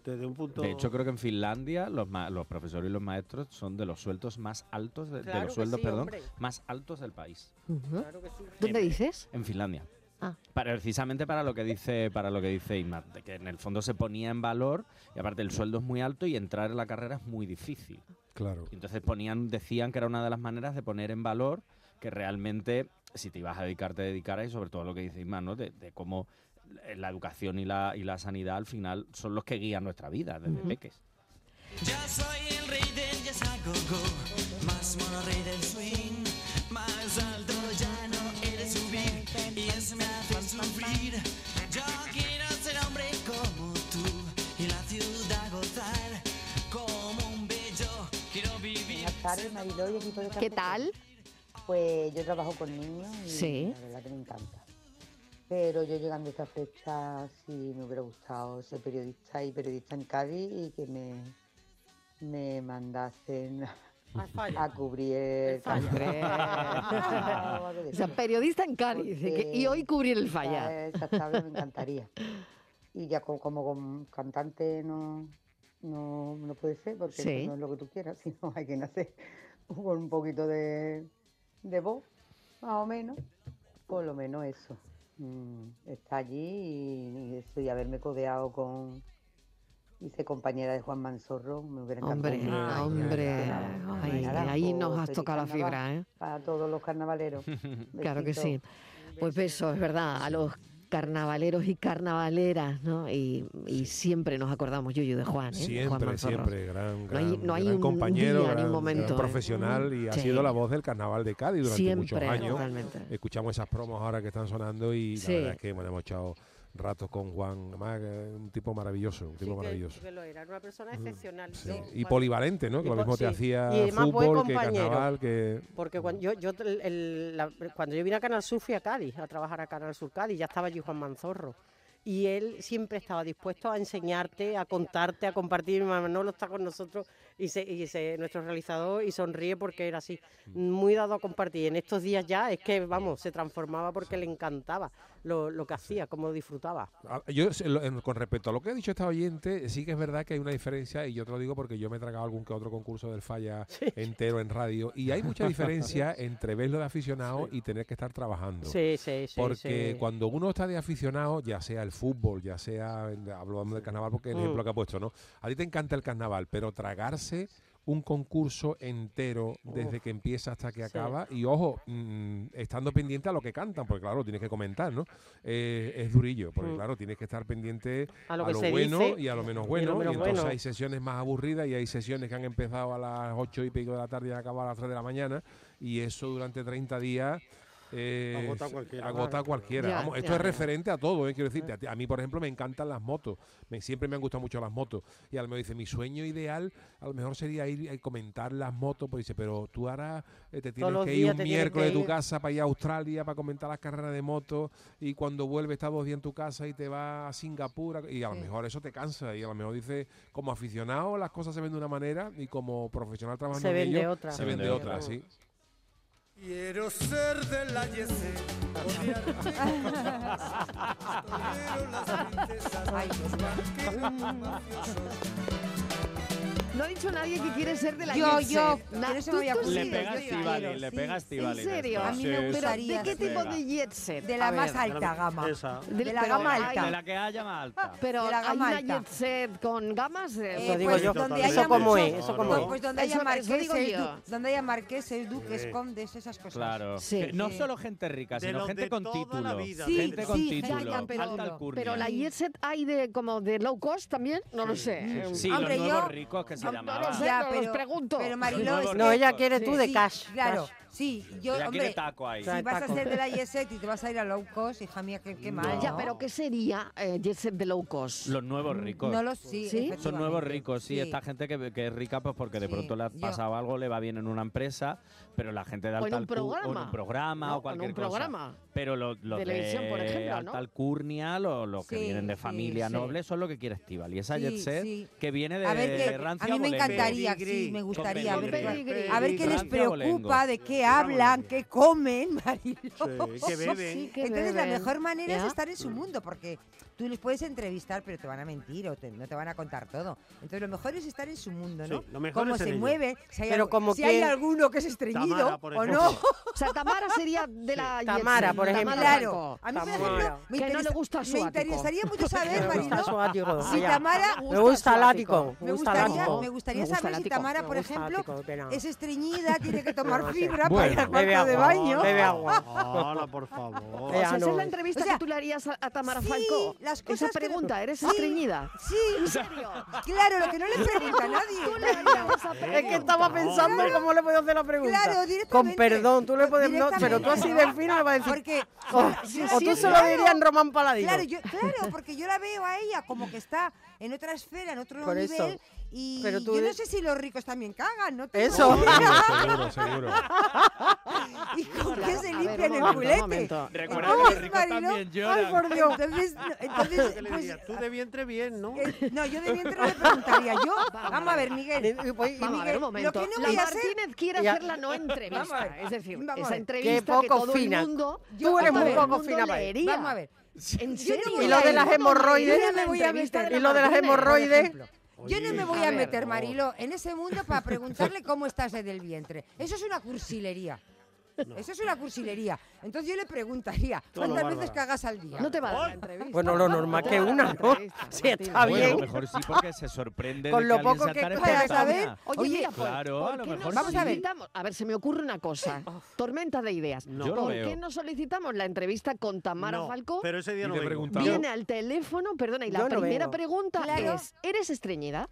[SPEAKER 6] Desde un punto.
[SPEAKER 5] De hecho, creo que en Finlandia los, ma- los profesores y los maestros son de los sueldos más altos, de, de
[SPEAKER 8] Claro
[SPEAKER 5] los
[SPEAKER 8] que
[SPEAKER 5] sueldos,
[SPEAKER 8] sí,
[SPEAKER 5] perdón,
[SPEAKER 8] hombre.
[SPEAKER 5] más altos del país.
[SPEAKER 1] Ujú.
[SPEAKER 8] Claro que sí.
[SPEAKER 1] ¿Dónde dices?
[SPEAKER 5] En Finlandia.
[SPEAKER 1] Ah.
[SPEAKER 5] Para- precisamente para lo que dice para lo que dice Inma, de que en el fondo se ponía en valor y aparte el sueldo es muy alto y entrar en la carrera es muy difícil.
[SPEAKER 4] Claro.
[SPEAKER 5] Y Entonces ponían, decían que era una de las maneras de poner en valor que realmente si te ibas a dedicar, te dedicaras y sobre todo lo que dice Isma, ¿no? De, de cómo la educación y la, y la sanidad al final son los que guían nuestra vida desde peques.
[SPEAKER 14] Ya soy el rey del jazz a go-go, más mono rey del swing, más alto ya no he de subir y eso me hace sufrir. Yo quiero ser hombre como tú y la ciudad gozar como un bello. Quiero vivir.
[SPEAKER 16] Buenas tardes, Mariló y equipo de
[SPEAKER 1] ¿Qué
[SPEAKER 16] Café
[SPEAKER 1] tal?
[SPEAKER 16] Con- Pues yo trabajo con niños y
[SPEAKER 1] Sí.
[SPEAKER 16] la verdad que me encanta. Pero yo llegando a esta fecha sí me hubiera gustado ser periodista y periodista en Cádiz y que me, me mandasen <laughs>
[SPEAKER 8] Al fallo.
[SPEAKER 16] a cubrir el
[SPEAKER 8] fallo.
[SPEAKER 16] Cádiz. O algo de <laughs>
[SPEAKER 1] o sea,
[SPEAKER 16] eso.
[SPEAKER 1] periodista en Cádiz.
[SPEAKER 16] Porque
[SPEAKER 1] que- y hoy cubrir el
[SPEAKER 16] esa-
[SPEAKER 1] falla.
[SPEAKER 16] Esa tabla me encantaría. Y ya co- como, con- cantante no, no, no puede ser, porque eso
[SPEAKER 1] Sí.
[SPEAKER 16] no es lo que tú quieras, <laughs> sino hay que nacer con un poquito de, de voz, más o menos. Por lo menos eso. Mm, Está allí y, y eso, y haberme codeado con hice compañera de Juan Manzorro, me hubiera encantado.
[SPEAKER 1] Hombre,
[SPEAKER 10] Ah,
[SPEAKER 16] Ay,
[SPEAKER 1] hombre,
[SPEAKER 16] nada,
[SPEAKER 1] ay,
[SPEAKER 16] nada,
[SPEAKER 1] ahí
[SPEAKER 16] pues,
[SPEAKER 1] nos has
[SPEAKER 16] feliz
[SPEAKER 1] tocado la
[SPEAKER 16] carnaval
[SPEAKER 1] fibra, ¿eh?
[SPEAKER 16] Para todos los carnavaleros.
[SPEAKER 1] <laughs>
[SPEAKER 5] <laughs>
[SPEAKER 1] Claro que
[SPEAKER 16] Besito.
[SPEAKER 1] sí. Pues besos, es verdad, a los carnavaleros y carnavaleras, ¿no? Y, y siempre nos acordamos, Yuyu, de Juan, ¿eh? Juan
[SPEAKER 4] Siempre,
[SPEAKER 1] Manzorro.
[SPEAKER 4] siempre, gran,
[SPEAKER 1] no hay,
[SPEAKER 4] gran-
[SPEAKER 1] no hay
[SPEAKER 4] gran
[SPEAKER 1] un
[SPEAKER 4] compañero,
[SPEAKER 1] día, ni
[SPEAKER 4] gran-
[SPEAKER 1] un momento.
[SPEAKER 4] gran
[SPEAKER 1] ¿eh?
[SPEAKER 4] profesional y ha
[SPEAKER 1] Sí.
[SPEAKER 4] sido la voz del carnaval de Cádiz durante muchos
[SPEAKER 1] Siempre,
[SPEAKER 4] años.
[SPEAKER 1] totalmente.
[SPEAKER 4] Escuchamos esas promos ahora que están sonando y
[SPEAKER 1] Sí.
[SPEAKER 4] la verdad es que bueno, hemos echado ratos con Juan, además, eh, un tipo maravilloso, un tipo maravilloso.
[SPEAKER 8] Que lo era, era una persona
[SPEAKER 4] Mm,
[SPEAKER 8] excepcional.
[SPEAKER 4] sí.
[SPEAKER 8] Yo,
[SPEAKER 4] Y
[SPEAKER 8] cuando-
[SPEAKER 4] polivalente, ¿no? Que
[SPEAKER 8] Y
[SPEAKER 4] lo
[SPEAKER 8] po-
[SPEAKER 4] mismo te
[SPEAKER 8] sí.
[SPEAKER 4] hacía
[SPEAKER 8] Y además buen
[SPEAKER 4] fútbol que
[SPEAKER 8] compañero.
[SPEAKER 4] carnaval, que
[SPEAKER 8] Porque cuando yo, yo el- el- la- cuando yo vine a Canal Sur fui a Cádiz, a trabajar a Canal Sur Cádiz, ya estaba allí Juan Manzorro. Y él siempre estaba dispuesto a enseñarte, a contarte, a compartir. Manolo está con nosotros y, se, y se- nuestro realizador y sonríe porque era así,
[SPEAKER 4] Mm.
[SPEAKER 8] muy dado a compartir. En estos días ya es que, vamos, se transformaba porque le encantaba lo, lo que hacía, cómo disfrutaba.
[SPEAKER 4] Ah, Yo, se- lo- en- con respecto a lo que ha dicho esta oyente, sí que es verdad que hay una diferencia, y yo te lo digo porque yo me he tragado algún que otro concurso
[SPEAKER 8] <laughs>
[SPEAKER 4] del falla entero en radio, y hay mucha diferencia entre verlo de aficionado y tener que estar trabajando.
[SPEAKER 8] Sí, sí, sí,
[SPEAKER 4] Porque
[SPEAKER 8] sí.
[SPEAKER 4] cuando uno está de aficionado, ya sea el fútbol, ya sea, en- hablamos del carnaval porque el
[SPEAKER 8] Mm.
[SPEAKER 4] ejemplo que ha puesto, ¿no? A ti te encanta el carnaval, pero tragarse un concurso entero desde que empieza hasta que
[SPEAKER 8] Sí.
[SPEAKER 4] acaba y ojo mm, estando pendiente a lo que cantan porque claro tienes que comentar no Eh, es durillo porque
[SPEAKER 8] Mm.
[SPEAKER 4] claro tienes que estar pendiente
[SPEAKER 8] A lo que se
[SPEAKER 4] bueno
[SPEAKER 8] dice
[SPEAKER 4] y a lo menos
[SPEAKER 8] y
[SPEAKER 4] bueno. Y,
[SPEAKER 8] lo menos
[SPEAKER 4] entonces
[SPEAKER 8] bueno.
[SPEAKER 4] hay sesiones más aburridas y hay sesiones que han empezado a las 8 y pico de la tarde y han acabado a las 3 de la mañana. Y eso durante 30 días. eh,
[SPEAKER 6] Agota a cualquiera.
[SPEAKER 4] agota a cualquiera.
[SPEAKER 6] Ya,
[SPEAKER 4] Vamos, esto
[SPEAKER 6] ya,
[SPEAKER 4] es
[SPEAKER 6] ya.
[SPEAKER 4] referente a todo, eh, quiero decirte. A, ti- a mí, por ejemplo, me encantan las motos. Me, siempre me han gustado mucho las motos. Y a lo mejor dice, mi sueño ideal a lo mejor sería ir a comentar las motos. Pues dice, pero tú ahora eh, te tienes
[SPEAKER 6] los
[SPEAKER 4] que
[SPEAKER 6] días
[SPEAKER 4] ir un
[SPEAKER 6] te tienes
[SPEAKER 4] miércoles
[SPEAKER 6] que
[SPEAKER 4] de tu
[SPEAKER 6] ir.
[SPEAKER 4] casa para ir a Australia para comentar las carreras de moto y cuando vuelves estás dos días en tu casa y te vas a Singapur a- y a lo
[SPEAKER 6] Sí.
[SPEAKER 4] mejor eso te cansa y a lo mejor dices como aficionado las cosas se ven de una manera y como profesional trabajando
[SPEAKER 6] Se
[SPEAKER 4] en
[SPEAKER 6] ven de
[SPEAKER 4] ello,
[SPEAKER 6] otra.
[SPEAKER 4] se ven de otra sí
[SPEAKER 3] Quiero ser de
[SPEAKER 6] <laughs>
[SPEAKER 3] la yese, odiarte Tolero las princesas, los banquetes mafiosos.
[SPEAKER 1] No ha dicho nadie que quiere ser de la
[SPEAKER 7] Yo,
[SPEAKER 1] Yetzer.
[SPEAKER 7] yo,
[SPEAKER 1] Na-
[SPEAKER 7] pero eso
[SPEAKER 1] tú-
[SPEAKER 7] me había
[SPEAKER 1] tú
[SPEAKER 7] ocurrido,
[SPEAKER 5] Le pega
[SPEAKER 7] yo
[SPEAKER 5] a
[SPEAKER 7] soy
[SPEAKER 5] Estivali,
[SPEAKER 7] algo,
[SPEAKER 5] le
[SPEAKER 7] sí.
[SPEAKER 5] pega a Estivali.
[SPEAKER 1] ¿En serio?
[SPEAKER 7] A mí me gustaría
[SPEAKER 1] ¿Pero de qué
[SPEAKER 7] ser.
[SPEAKER 1] tipo de jet set?
[SPEAKER 7] De la
[SPEAKER 1] A
[SPEAKER 7] más
[SPEAKER 1] ver.
[SPEAKER 7] alta gama.
[SPEAKER 6] Esa.
[SPEAKER 1] De la gama alta.
[SPEAKER 5] De la que haya más alta.
[SPEAKER 1] Pero
[SPEAKER 7] De la
[SPEAKER 1] hay
[SPEAKER 7] gama
[SPEAKER 1] una
[SPEAKER 7] alta.
[SPEAKER 1] jet set con gamas. eh,
[SPEAKER 7] Eh, pues donde haya mucho- pues- Pues donde haya
[SPEAKER 1] Eso- eso
[SPEAKER 7] marqueses,
[SPEAKER 1] digo yo.
[SPEAKER 7] du- donde haya marqueses, duques,
[SPEAKER 5] Sí.
[SPEAKER 7] condes, esas cosas.
[SPEAKER 5] Claro.
[SPEAKER 1] Sí.
[SPEAKER 5] Que no
[SPEAKER 1] Sí.
[SPEAKER 5] solo gente rica,
[SPEAKER 7] De
[SPEAKER 5] sino
[SPEAKER 7] los
[SPEAKER 5] gente
[SPEAKER 7] de
[SPEAKER 5] con
[SPEAKER 7] toda
[SPEAKER 5] título.
[SPEAKER 7] la vida.
[SPEAKER 1] Sí,
[SPEAKER 5] gente con
[SPEAKER 1] sí,
[SPEAKER 5] título.
[SPEAKER 1] ya, ya,
[SPEAKER 5] alta
[SPEAKER 1] pero,
[SPEAKER 5] alcurnia.
[SPEAKER 1] pero la jet set hay de como de low cost también, no lo sé.
[SPEAKER 5] Sí,
[SPEAKER 1] Hombre,
[SPEAKER 5] los
[SPEAKER 1] yo-
[SPEAKER 5] nuevos ricos que se
[SPEAKER 1] no
[SPEAKER 5] llamaban.
[SPEAKER 1] lo sé, no los pregunto.
[SPEAKER 7] Pero Mariló,
[SPEAKER 8] <laughs>
[SPEAKER 7] es
[SPEAKER 8] No,
[SPEAKER 7] que-
[SPEAKER 8] ella quiere tú de
[SPEAKER 7] sí,
[SPEAKER 8] cash.
[SPEAKER 7] Claro,
[SPEAKER 8] Cash.
[SPEAKER 7] sí. Yo,
[SPEAKER 5] Ella
[SPEAKER 7] hombre,
[SPEAKER 5] quiere taco ahí.
[SPEAKER 7] Si
[SPEAKER 5] Trae
[SPEAKER 7] vas a
[SPEAKER 5] taco.
[SPEAKER 7] hacer de la Yeset y te vas a ir a low cost, hija mía, qué, qué mal.
[SPEAKER 1] Ya,
[SPEAKER 7] ¿no?
[SPEAKER 1] pero ¿qué sería eh, jet set de low cost?
[SPEAKER 5] Los nuevos ricos.
[SPEAKER 7] No lo sí, ¿Sí?
[SPEAKER 5] Son nuevos
[SPEAKER 7] efectivamente,
[SPEAKER 5] ricos, sí,
[SPEAKER 7] sí.
[SPEAKER 5] Esta gente que, que es rica pues porque de
[SPEAKER 7] Sí,
[SPEAKER 5] pronto le ha
[SPEAKER 7] yo-
[SPEAKER 5] pasado algo, le va bien en una empresa, pero la gente de
[SPEAKER 1] O en
[SPEAKER 5] alta
[SPEAKER 1] un
[SPEAKER 5] alcu- o en
[SPEAKER 1] programa.
[SPEAKER 5] un programa
[SPEAKER 1] No,
[SPEAKER 5] o
[SPEAKER 1] o en
[SPEAKER 5] cualquier
[SPEAKER 1] un
[SPEAKER 5] cosa.
[SPEAKER 1] programa.
[SPEAKER 5] Pero los, los
[SPEAKER 1] Televisión,
[SPEAKER 5] de
[SPEAKER 1] por ejemplo, ¿no?
[SPEAKER 5] alta alcurnia, los, los que
[SPEAKER 7] Sí,
[SPEAKER 5] vienen de
[SPEAKER 7] sí,
[SPEAKER 5] familia
[SPEAKER 7] sí.
[SPEAKER 5] noble, son los que quiere Estival. Y esa
[SPEAKER 7] Sí,
[SPEAKER 5] jet set
[SPEAKER 7] sí.
[SPEAKER 5] que viene de,
[SPEAKER 7] a ver, que,
[SPEAKER 5] de Eh, rancia
[SPEAKER 7] a mí me
[SPEAKER 5] bolengo.
[SPEAKER 7] encantaría, sí, me
[SPEAKER 5] Con
[SPEAKER 7] gustaría. A ver,
[SPEAKER 5] pedigrí.
[SPEAKER 7] qué- a ver qué les
[SPEAKER 5] Rancia bolengo.
[SPEAKER 7] preocupa, de qué hablan, qué comen, <laughs> Mariló.
[SPEAKER 5] Sí, qué beben. Sí,
[SPEAKER 1] qué
[SPEAKER 7] Entonces, la
[SPEAKER 1] beben.
[SPEAKER 7] mejor manera es
[SPEAKER 1] Ya.
[SPEAKER 7] estar en su mundo, porque tú les puedes entrevistar, pero te van a mentir o te- no te van a contar todo. Entonces, lo mejor es estar en su mundo, ¿no?
[SPEAKER 6] Sí, lo mejor
[SPEAKER 7] Cómo
[SPEAKER 6] es en
[SPEAKER 7] se
[SPEAKER 6] ello.
[SPEAKER 7] mueve, si hay,
[SPEAKER 6] Pero
[SPEAKER 7] algo-
[SPEAKER 6] como
[SPEAKER 7] si hay
[SPEAKER 6] quien-
[SPEAKER 7] alguno que es estreñido
[SPEAKER 6] Tamara, por
[SPEAKER 7] o no.
[SPEAKER 6] ejemplo.
[SPEAKER 1] <laughs> O sea, Tamara sería de la jet
[SPEAKER 8] Tamara,
[SPEAKER 1] set,
[SPEAKER 8] por ejemplo.
[SPEAKER 7] Claro. A mí, por
[SPEAKER 8] Tamara.
[SPEAKER 7] ejemplo, me,
[SPEAKER 1] Que no
[SPEAKER 7] interesa-
[SPEAKER 1] le gusta su
[SPEAKER 7] me
[SPEAKER 1] ático.
[SPEAKER 7] interesaría mucho saber,
[SPEAKER 8] Me
[SPEAKER 7] <laughs>
[SPEAKER 8] gusta
[SPEAKER 7] Mariló,
[SPEAKER 8] su ático.
[SPEAKER 7] si
[SPEAKER 8] vaya.
[SPEAKER 7] Tamara...
[SPEAKER 8] Me gusta el ático. gusta
[SPEAKER 7] Me
[SPEAKER 8] el
[SPEAKER 7] gustaría,
[SPEAKER 8] ático.
[SPEAKER 7] me gustaría
[SPEAKER 8] Me gusta
[SPEAKER 7] saber
[SPEAKER 8] el
[SPEAKER 7] si
[SPEAKER 8] ático.
[SPEAKER 7] Tamara,
[SPEAKER 8] Me
[SPEAKER 7] por
[SPEAKER 8] gusta el
[SPEAKER 7] ejemplo,
[SPEAKER 8] ático, pena.
[SPEAKER 7] <laughs> es estreñida, tiene que
[SPEAKER 8] No
[SPEAKER 7] tomar
[SPEAKER 8] sé.
[SPEAKER 7] fibra para
[SPEAKER 8] Bueno.
[SPEAKER 7] ir al
[SPEAKER 8] Bebe
[SPEAKER 7] cuarto de
[SPEAKER 8] agua,
[SPEAKER 7] baño.
[SPEAKER 8] bebe agua.
[SPEAKER 6] Hola, por favor.
[SPEAKER 1] <laughs> O sea, esa es la entrevista que tú le harías a, a Tamara
[SPEAKER 7] Sí,
[SPEAKER 1] Falcó.
[SPEAKER 7] las cosas
[SPEAKER 1] Esa
[SPEAKER 7] que-
[SPEAKER 1] pregunta, ¿eres
[SPEAKER 7] Sí,
[SPEAKER 1] estreñida?
[SPEAKER 7] Sí,
[SPEAKER 1] ¿En serio?
[SPEAKER 7] claro, lo que no le pregunta
[SPEAKER 1] <laughs>
[SPEAKER 7] a nadie.
[SPEAKER 1] Tú le harías esa
[SPEAKER 8] Es que
[SPEAKER 1] pregunta.
[SPEAKER 8] estaba pensando
[SPEAKER 7] Claro.
[SPEAKER 8] cómo le puedo hacer la pregunta.
[SPEAKER 7] Claro, directamente.
[SPEAKER 8] Con perdón, tú le puedes. No, pero tú así de fino le vas a decir. "Oh,
[SPEAKER 7] Porque,
[SPEAKER 8] O,
[SPEAKER 7] Sí,
[SPEAKER 8] o
[SPEAKER 7] sí,
[SPEAKER 8] tú se lo
[SPEAKER 7] claro.
[SPEAKER 8] dirías en Román Paladino.
[SPEAKER 7] Claro, yo- claro, porque yo la veo a ella como que está en otra esfera, en otro
[SPEAKER 8] Por
[SPEAKER 7] nivel.
[SPEAKER 8] eso.
[SPEAKER 7] Y
[SPEAKER 8] Pero tú
[SPEAKER 7] yo
[SPEAKER 8] de-
[SPEAKER 7] no sé si los ricos también cagan, ¿no? tengo
[SPEAKER 8] Eso. <laughs>
[SPEAKER 7] idea.
[SPEAKER 4] seguro seguro
[SPEAKER 7] ¿Y con qué se
[SPEAKER 1] a ver, un
[SPEAKER 7] limpian el
[SPEAKER 1] momento, un
[SPEAKER 7] culete?
[SPEAKER 1] momento.
[SPEAKER 5] Recuerda
[SPEAKER 7] ¿Cómo
[SPEAKER 5] que los
[SPEAKER 7] es,
[SPEAKER 5] ricos
[SPEAKER 7] Mariló?
[SPEAKER 5] también lloran.
[SPEAKER 7] Ay, por <laughs> Dios. Entonces, no, entonces,
[SPEAKER 6] ¿Qué le
[SPEAKER 7] pues,
[SPEAKER 6] dirías? Tú de vientre bien, ¿no?
[SPEAKER 7] eh, no, yo de vientre no le preguntaría. Yo, vamos a ver, Miguel.
[SPEAKER 8] Eh, eh, voy-
[SPEAKER 7] Miguel,
[SPEAKER 1] Vamos a ver un
[SPEAKER 7] lo
[SPEAKER 1] momento.
[SPEAKER 7] que no
[SPEAKER 1] la
[SPEAKER 7] voy a hacer... eh,
[SPEAKER 1] Martínez quiere
[SPEAKER 8] Ya.
[SPEAKER 1] hacer la no
[SPEAKER 7] Vamos a
[SPEAKER 1] entrevista.
[SPEAKER 7] ver.
[SPEAKER 1] Es decir,
[SPEAKER 7] Vamos a ver.
[SPEAKER 1] esa
[SPEAKER 8] Qué
[SPEAKER 1] entrevista que
[SPEAKER 8] poco
[SPEAKER 1] todo
[SPEAKER 8] fina.
[SPEAKER 1] el mundo.
[SPEAKER 8] Tú eres
[SPEAKER 1] todo
[SPEAKER 8] muy
[SPEAKER 1] el
[SPEAKER 8] poco
[SPEAKER 1] mundo
[SPEAKER 8] fina para él.
[SPEAKER 1] leería.
[SPEAKER 7] Vamos a ver.
[SPEAKER 1] ¿En
[SPEAKER 7] Yo no
[SPEAKER 1] serio?
[SPEAKER 7] voy
[SPEAKER 8] Y lo de
[SPEAKER 7] Yo
[SPEAKER 8] las
[SPEAKER 7] no me
[SPEAKER 8] hemorroides.
[SPEAKER 7] voy a meter
[SPEAKER 8] Y lo de las hemorroides.
[SPEAKER 7] Yo no me voy
[SPEAKER 1] a
[SPEAKER 7] a
[SPEAKER 1] ver.
[SPEAKER 7] meter, Marilo, en ese mundo
[SPEAKER 5] <laughs>
[SPEAKER 7] para preguntarle cómo estás desde el vientre. Eso es una cursilería. Eso es una cursilería. Entonces yo le preguntaría,
[SPEAKER 6] Todo
[SPEAKER 7] ¿cuántas
[SPEAKER 6] Bárbara.
[SPEAKER 7] veces cagas al día?
[SPEAKER 1] No te va a dar
[SPEAKER 7] la entrevista.
[SPEAKER 6] Bueno, lo normal que una, ¿no? Sí, está
[SPEAKER 5] Bueno, a lo
[SPEAKER 6] bien.
[SPEAKER 5] mejor sí, porque se sorprende
[SPEAKER 6] Con
[SPEAKER 5] de
[SPEAKER 6] lo
[SPEAKER 5] que alguien
[SPEAKER 6] poco
[SPEAKER 5] se
[SPEAKER 6] que
[SPEAKER 5] atare por
[SPEAKER 6] puedas
[SPEAKER 5] España.
[SPEAKER 6] saber,
[SPEAKER 1] <laughs> Oye, mira, pues,
[SPEAKER 5] claro, a
[SPEAKER 1] ¿por
[SPEAKER 5] lo
[SPEAKER 1] qué no
[SPEAKER 5] mejor
[SPEAKER 1] vamos a
[SPEAKER 5] sí.
[SPEAKER 1] ver. A ver, se me ocurre
[SPEAKER 5] <laughs>
[SPEAKER 1] una cosa. Tormenta de ideas.
[SPEAKER 5] No. Yo lo
[SPEAKER 1] ¿Por
[SPEAKER 5] veo.
[SPEAKER 1] qué no solicitamos la entrevista con Tamara
[SPEAKER 6] No,
[SPEAKER 1] Falcó?
[SPEAKER 6] pero ese día Y no te vengo. preguntamos.
[SPEAKER 1] Viene al teléfono, perdona, y la
[SPEAKER 6] Yo no
[SPEAKER 1] primera
[SPEAKER 6] vengo.
[SPEAKER 1] pregunta
[SPEAKER 7] Claro.
[SPEAKER 1] es, ¿eres estreñida?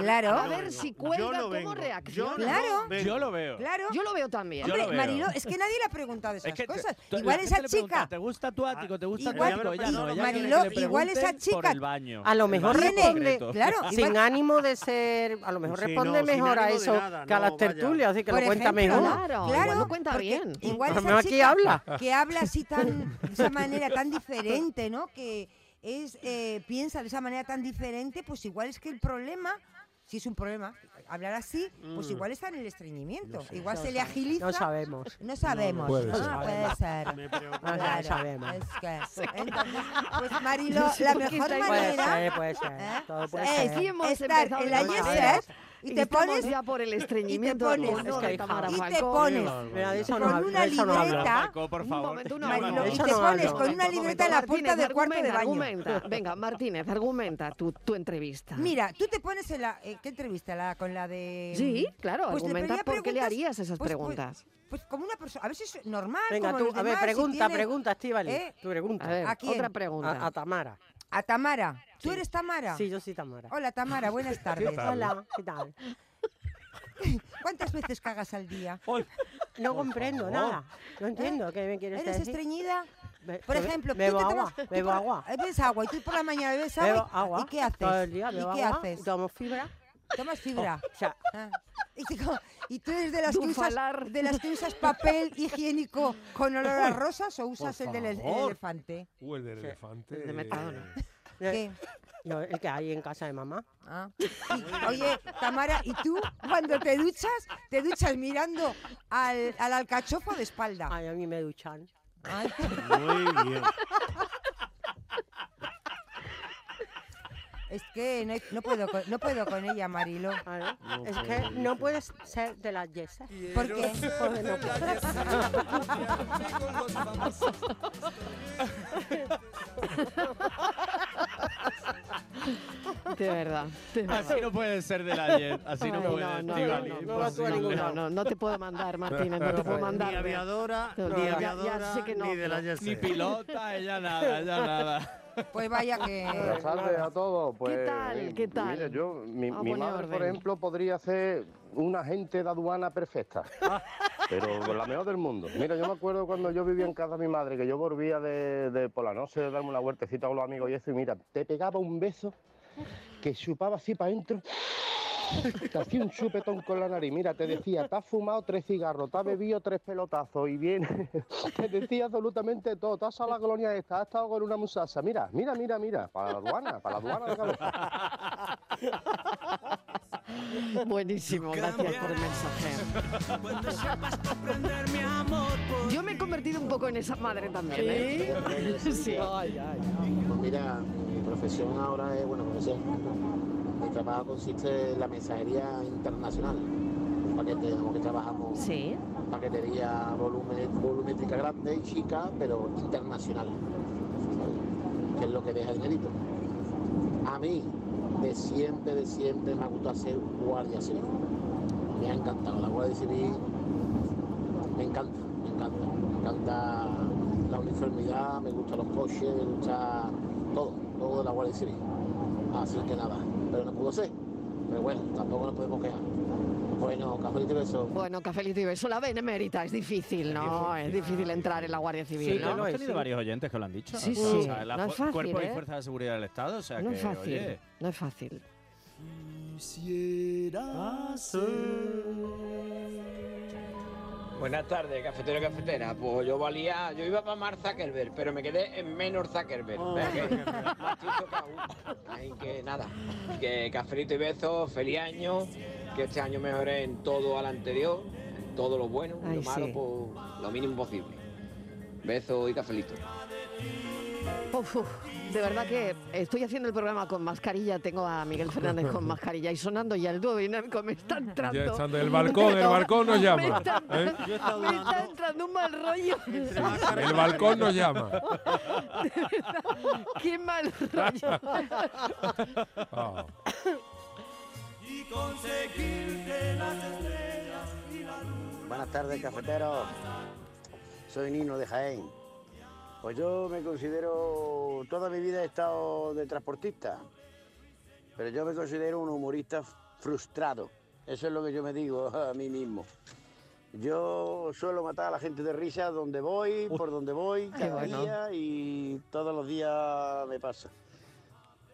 [SPEAKER 7] Claro.
[SPEAKER 1] A ver si cuelga,
[SPEAKER 7] no
[SPEAKER 1] cómo
[SPEAKER 7] vengo.
[SPEAKER 1] reacciona.
[SPEAKER 7] Yo no Claro.
[SPEAKER 5] vengo. Yo lo veo.
[SPEAKER 7] Claro.
[SPEAKER 1] Yo lo veo también.
[SPEAKER 7] Hombre, Mariló, es que nadie le ha preguntado esas
[SPEAKER 5] Es que te-
[SPEAKER 7] cosas.
[SPEAKER 5] tú- la
[SPEAKER 7] igual
[SPEAKER 5] gente
[SPEAKER 7] esa
[SPEAKER 5] le pregunta,
[SPEAKER 7] chica. Ah,
[SPEAKER 5] ¿Te gusta tu ático? ¿Te gusta
[SPEAKER 7] Igual-
[SPEAKER 5] tu ático? Ya
[SPEAKER 7] Igual-
[SPEAKER 5] no, ya
[SPEAKER 7] Mariló,
[SPEAKER 5] quiere que le
[SPEAKER 7] igual esa
[SPEAKER 5] pregunten por
[SPEAKER 7] chica-
[SPEAKER 5] el baño.
[SPEAKER 8] A lo
[SPEAKER 5] El
[SPEAKER 8] mejor
[SPEAKER 5] baño
[SPEAKER 8] responde,
[SPEAKER 5] concreto.
[SPEAKER 8] claro, sin ánimo de ser, a lo mejor
[SPEAKER 5] Sí,
[SPEAKER 8] responde
[SPEAKER 5] no, sin
[SPEAKER 8] mejor a
[SPEAKER 5] ánimo de
[SPEAKER 8] eso
[SPEAKER 5] nada,
[SPEAKER 8] que a
[SPEAKER 5] no,
[SPEAKER 8] las
[SPEAKER 5] vaya.
[SPEAKER 8] tertulias, así que
[SPEAKER 7] Por
[SPEAKER 8] lo cuenta
[SPEAKER 7] ejemplo,
[SPEAKER 8] mejor.
[SPEAKER 7] Claro, claro.
[SPEAKER 1] no cuenta
[SPEAKER 7] porque
[SPEAKER 1] bien.
[SPEAKER 7] Igual
[SPEAKER 8] A lo
[SPEAKER 7] esa
[SPEAKER 8] mejor aquí
[SPEAKER 7] chica
[SPEAKER 8] habla.
[SPEAKER 7] Que habla así tan, de esa manera tan diferente, ¿no? Que es eh, piensa de esa manera tan diferente, pues igual es que el problema, si es un problema, hablar así, pues
[SPEAKER 8] Mm.
[SPEAKER 7] igual está en el estreñimiento. Igual
[SPEAKER 8] No
[SPEAKER 7] se le
[SPEAKER 8] sabe-
[SPEAKER 7] agiliza.
[SPEAKER 8] no sabemos.
[SPEAKER 7] No sabemos.
[SPEAKER 8] No, no
[SPEAKER 7] Ah,
[SPEAKER 8] sabemos.
[SPEAKER 7] puede ser.
[SPEAKER 8] Me preocupa. No
[SPEAKER 7] Claro,
[SPEAKER 8] sabemos.
[SPEAKER 7] es que-
[SPEAKER 8] <laughs>
[SPEAKER 7] entonces, pues Marilo,
[SPEAKER 8] No sé
[SPEAKER 7] la
[SPEAKER 8] por qué
[SPEAKER 7] mejor
[SPEAKER 8] estáis-
[SPEAKER 7] manera <laughs> ¿Eh?
[SPEAKER 8] Puede ser, puede ser. Todo puede
[SPEAKER 7] es
[SPEAKER 8] ser.
[SPEAKER 7] estar en la Yeser y te
[SPEAKER 1] Estamos
[SPEAKER 7] pones
[SPEAKER 1] ya por el estreñimiento
[SPEAKER 7] y te pones,
[SPEAKER 1] no, no, de Tamara
[SPEAKER 7] y te
[SPEAKER 1] Falcó.
[SPEAKER 7] pones
[SPEAKER 8] Mira, de eso no
[SPEAKER 7] con
[SPEAKER 8] hablo,
[SPEAKER 7] una
[SPEAKER 8] de eso no hablo.
[SPEAKER 7] libreta
[SPEAKER 5] Marco, por
[SPEAKER 1] Un
[SPEAKER 5] favor.
[SPEAKER 1] momento, un
[SPEAKER 7] Marilo,
[SPEAKER 1] momento.
[SPEAKER 7] y te pones con una libreta en la puerta
[SPEAKER 1] Martínez,
[SPEAKER 7] del cuarto de baño. <laughs>
[SPEAKER 1] argumenta, argumenta. Venga, Martínez, argumenta tu, tu entrevista.
[SPEAKER 7] Mira, tú te pones en la eh, qué entrevista la con la de
[SPEAKER 1] Sí, claro,
[SPEAKER 7] Pues te
[SPEAKER 1] argumenta
[SPEAKER 7] ponía
[SPEAKER 1] por qué le
[SPEAKER 7] preguntas,
[SPEAKER 1] harías
[SPEAKER 7] pues,
[SPEAKER 1] esas
[SPEAKER 7] pues,
[SPEAKER 1] preguntas.
[SPEAKER 7] Pues como una persona, a ver si es normal.
[SPEAKER 8] Venga,
[SPEAKER 7] como
[SPEAKER 8] tú,
[SPEAKER 7] los
[SPEAKER 8] a ver,
[SPEAKER 7] demás, si
[SPEAKER 8] pregunta,
[SPEAKER 7] tiene-
[SPEAKER 8] pregunta, Estivali.
[SPEAKER 7] ¿Eh?
[SPEAKER 8] Tu pregunta.
[SPEAKER 1] A ver,
[SPEAKER 7] ¿A quién?
[SPEAKER 1] otra pregunta.
[SPEAKER 8] A, a Tamara.
[SPEAKER 7] A Tamara. ¿Tú
[SPEAKER 8] Sí.
[SPEAKER 7] eres Tamara?
[SPEAKER 8] Sí, yo soy Tamara.
[SPEAKER 7] Hola, Tamara,
[SPEAKER 8] <laughs>
[SPEAKER 7] buenas tardes.
[SPEAKER 8] tal? Hola, ¿qué tal?
[SPEAKER 7] <laughs> ¿Cuántas veces cagas al día?
[SPEAKER 8] No comprendo
[SPEAKER 7] favor.
[SPEAKER 8] nada. No entiendo qué me quieres
[SPEAKER 7] ¿Eres
[SPEAKER 8] decir.
[SPEAKER 7] estreñida?
[SPEAKER 8] Be-
[SPEAKER 7] Por
[SPEAKER 8] bebe-
[SPEAKER 7] ejemplo,
[SPEAKER 8] bebo
[SPEAKER 7] tú te
[SPEAKER 8] agua,
[SPEAKER 7] tomas- tú
[SPEAKER 8] bebo
[SPEAKER 7] por-
[SPEAKER 8] agua.
[SPEAKER 7] eh, Bebes agua y tú por la mañana bebes agua.
[SPEAKER 8] Bebo
[SPEAKER 7] y-
[SPEAKER 8] agua.
[SPEAKER 7] ¿Y qué haces?
[SPEAKER 8] Todo el día bebo
[SPEAKER 7] ¿Y qué
[SPEAKER 8] agua,
[SPEAKER 7] haces?
[SPEAKER 8] tomo fibra. Oh,
[SPEAKER 7] Tomas fibra.
[SPEAKER 8] O sea,
[SPEAKER 7] Ah. Y, te co- y tú eres de las, que usas,
[SPEAKER 1] Dufalar.
[SPEAKER 7] de las que usas papel higiénico con olor a rosas o
[SPEAKER 4] Por
[SPEAKER 7] usas el del el
[SPEAKER 4] favor.
[SPEAKER 7] elefante.
[SPEAKER 4] Uh, el del
[SPEAKER 8] Sí,
[SPEAKER 4] elefante.
[SPEAKER 8] el de
[SPEAKER 4] eh,
[SPEAKER 8] metadona.
[SPEAKER 7] <laughs>
[SPEAKER 8] Eh,
[SPEAKER 7] ¿Qué?
[SPEAKER 8] Yo, el que hay en casa de mamá.
[SPEAKER 7] Ah. Y, <laughs> oye, Tamara, ¿y tú cuando te duchas, te duchas mirando al, al alcachofo de espalda?
[SPEAKER 8] Ay, a mí me duchan.
[SPEAKER 7] Ay,
[SPEAKER 6] Muy bien.
[SPEAKER 7] es que no, hay- no puedo, con, no puedo con ella, Marilo.
[SPEAKER 8] Claro.
[SPEAKER 7] No
[SPEAKER 8] es
[SPEAKER 7] puedo,
[SPEAKER 8] que no puedes ser de las yesas.
[SPEAKER 7] ¿Por qué?
[SPEAKER 8] Porque no <laughs>
[SPEAKER 1] <laughs> De verdad. de verdad.
[SPEAKER 5] Así no puede ser de la Jet. Así no
[SPEAKER 1] Ay,
[SPEAKER 5] puede.
[SPEAKER 1] no, no,
[SPEAKER 5] Estíbaliz,
[SPEAKER 1] no, no,
[SPEAKER 5] imposible.
[SPEAKER 1] no, no, no, no, no te puedo mandar, Martínez, no te puedo mandar.
[SPEAKER 6] Ni
[SPEAKER 1] de-
[SPEAKER 6] aviadora,
[SPEAKER 1] de-
[SPEAKER 6] ni
[SPEAKER 1] ya- ya
[SPEAKER 6] aviadora,
[SPEAKER 1] sé que no,
[SPEAKER 6] ni de la
[SPEAKER 1] pero-
[SPEAKER 6] Yese.
[SPEAKER 5] Ni pilota, ella nada, ella nada.
[SPEAKER 7] Pues
[SPEAKER 17] <laughs>
[SPEAKER 7] vaya
[SPEAKER 17] Buenas
[SPEAKER 7] que...
[SPEAKER 17] tardes a todos. Pues,
[SPEAKER 1] tal? ¿Qué tal? Ah,
[SPEAKER 17] Mira, yo, mi,
[SPEAKER 1] Vamos a
[SPEAKER 17] mi
[SPEAKER 1] poner
[SPEAKER 17] madre, por
[SPEAKER 1] orden.
[SPEAKER 17] ejemplo, podría ser un agente de aduana
[SPEAKER 1] <laughs>
[SPEAKER 17] perfecta. pero Pues
[SPEAKER 9] <laughs>
[SPEAKER 17] la mejor del mundo. Mira, yo me acuerdo cuando yo vivía en casa de mi madre, que yo volvía de, de por la noche de darme una vueltecita con los amigos y eso, y mira, te pegaba un beso que chupaba así para adentro. Te hacía un chupetón con la nariz. Mira, te decía, te has fumado tres cigarros, te has bebido tres pelotazos y bien. <laughs> Te decía absolutamente todo. Te has ido a la colonia esta, has estado con una musasa. Mira, mira, mira, mira. Para la aduana, para la aduana de Galofa.
[SPEAKER 1] Buenísimo, gracias por el mensaje. Yo me he convertido un poco en esa madre también, ¿eh? <laughs> Sí.
[SPEAKER 18] Pues Mira, mi profesión ahora es, bueno, profesión. Mi trabajo consiste en la mensajería internacional. Un paquete, como que trabajamos paquetería volumen, volumétrica grande y chica, pero internacional. Que es lo que deja dinerito. A mí, de siempre, de siempre, me ha gustado ser guardia civil. Me ha encantado. La guardia civil me encanta, me encanta. Me encanta la uniformidad, me gustan los coches, me gusta todo, todo de la Guardia Civil. Así que nada, pero no pudo ser. Pero bueno, tampoco nos podemos quejar. Bueno, cafelito y beso.
[SPEAKER 1] Bueno, cafelito y beso. La benemérita es difícil, ¿no? Es difícil entrar en la Guardia Civil,
[SPEAKER 5] Sí,
[SPEAKER 1] ¿no?
[SPEAKER 5] hemos tenido varios oyentes que lo han dicho.
[SPEAKER 1] Sí,
[SPEAKER 5] O
[SPEAKER 1] sí,
[SPEAKER 5] sea, la
[SPEAKER 1] no es
[SPEAKER 5] fu-
[SPEAKER 1] fácil,
[SPEAKER 5] Cuerpo y
[SPEAKER 1] ¿eh?
[SPEAKER 5] Fuerza de Seguridad del Estado, o sea
[SPEAKER 1] No
[SPEAKER 5] que,
[SPEAKER 1] es fácil,
[SPEAKER 5] oye,
[SPEAKER 1] no es fácil.
[SPEAKER 19] Buenas tardes, cafetero y cafetera. Pues yo valía, yo iba para Mark Zuckerberg, pero me quedé en menor Zuckerberg.
[SPEAKER 14] Oh,
[SPEAKER 19] Vea que más listo que aún. Así que nada, que cafelito y besos, feliz año, que este año mejoré en todo al anterior, en todo lo bueno, y
[SPEAKER 1] Ay,
[SPEAKER 19] lo malo,
[SPEAKER 1] sí.
[SPEAKER 19] pues, lo mínimo posible. Besos y cafelito.
[SPEAKER 1] Uf, uf. De verdad que estoy haciendo el programa con mascarilla, tengo a Miguel Fernández con mascarilla y sonando ya el dúo dinámico, me está entrando.
[SPEAKER 4] Ya están del
[SPEAKER 1] <laughs>
[SPEAKER 4] balcón, el balcón nos
[SPEAKER 1] Me
[SPEAKER 4] llama.
[SPEAKER 1] está,
[SPEAKER 4] ¿eh?
[SPEAKER 1] me está entrando un mal rollo.
[SPEAKER 4] El balcón nos llama.
[SPEAKER 1] Qué mal rollo.
[SPEAKER 4] Ah.
[SPEAKER 3] Y conseguirte las estrellas y la luna.
[SPEAKER 20] Buenas tardes, cafetero. Soy Nino de Jaén. Pues yo me considero, toda mi vida he estado de transportista, pero yo me considero un humorista frustrado. Eso es lo que yo me digo <laughs> a mí mismo. Yo suelo matar a la gente de risa donde voy, por donde voy,
[SPEAKER 1] qué
[SPEAKER 20] cada
[SPEAKER 1] bueno.
[SPEAKER 20] día y todos los días me pasa.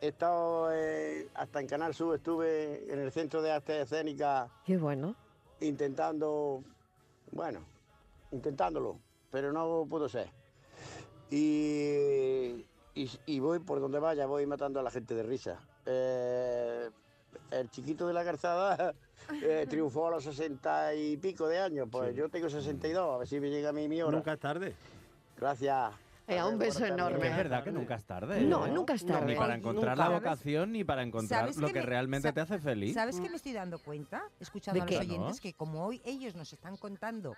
[SPEAKER 20] He estado eh, hasta en Canal Sur, estuve en el Centro de Arte Escénica
[SPEAKER 1] Qué bueno.
[SPEAKER 20] intentando, bueno, intentándolo, pero no pudo ser. Y, y, y voy por donde vaya, voy matando a la gente de risa. Eh, el chiquito de la garzada eh, triunfó a los sesenta y pico de años, pues yo tengo 62, a ver si me llega a mí mi hora.
[SPEAKER 6] Nunca es tarde.
[SPEAKER 20] Gracias.
[SPEAKER 1] Eh, un beso enorme.
[SPEAKER 5] Es verdad que nunca es tarde.
[SPEAKER 1] No, nunca es tarde.
[SPEAKER 5] Ni para encontrar la
[SPEAKER 7] ¿Sabes?
[SPEAKER 5] vocación, ni para encontrar
[SPEAKER 7] ¿Sabes
[SPEAKER 5] lo
[SPEAKER 7] que
[SPEAKER 5] que,
[SPEAKER 7] me-
[SPEAKER 5] realmente
[SPEAKER 7] sa-
[SPEAKER 5] te hace feliz.
[SPEAKER 7] ¿Sabes que me estoy dando cuenta? Escuchando
[SPEAKER 5] ¿De
[SPEAKER 7] a los
[SPEAKER 5] qué?
[SPEAKER 7] oyentes
[SPEAKER 5] Claro.
[SPEAKER 7] que como hoy ellos nos están contando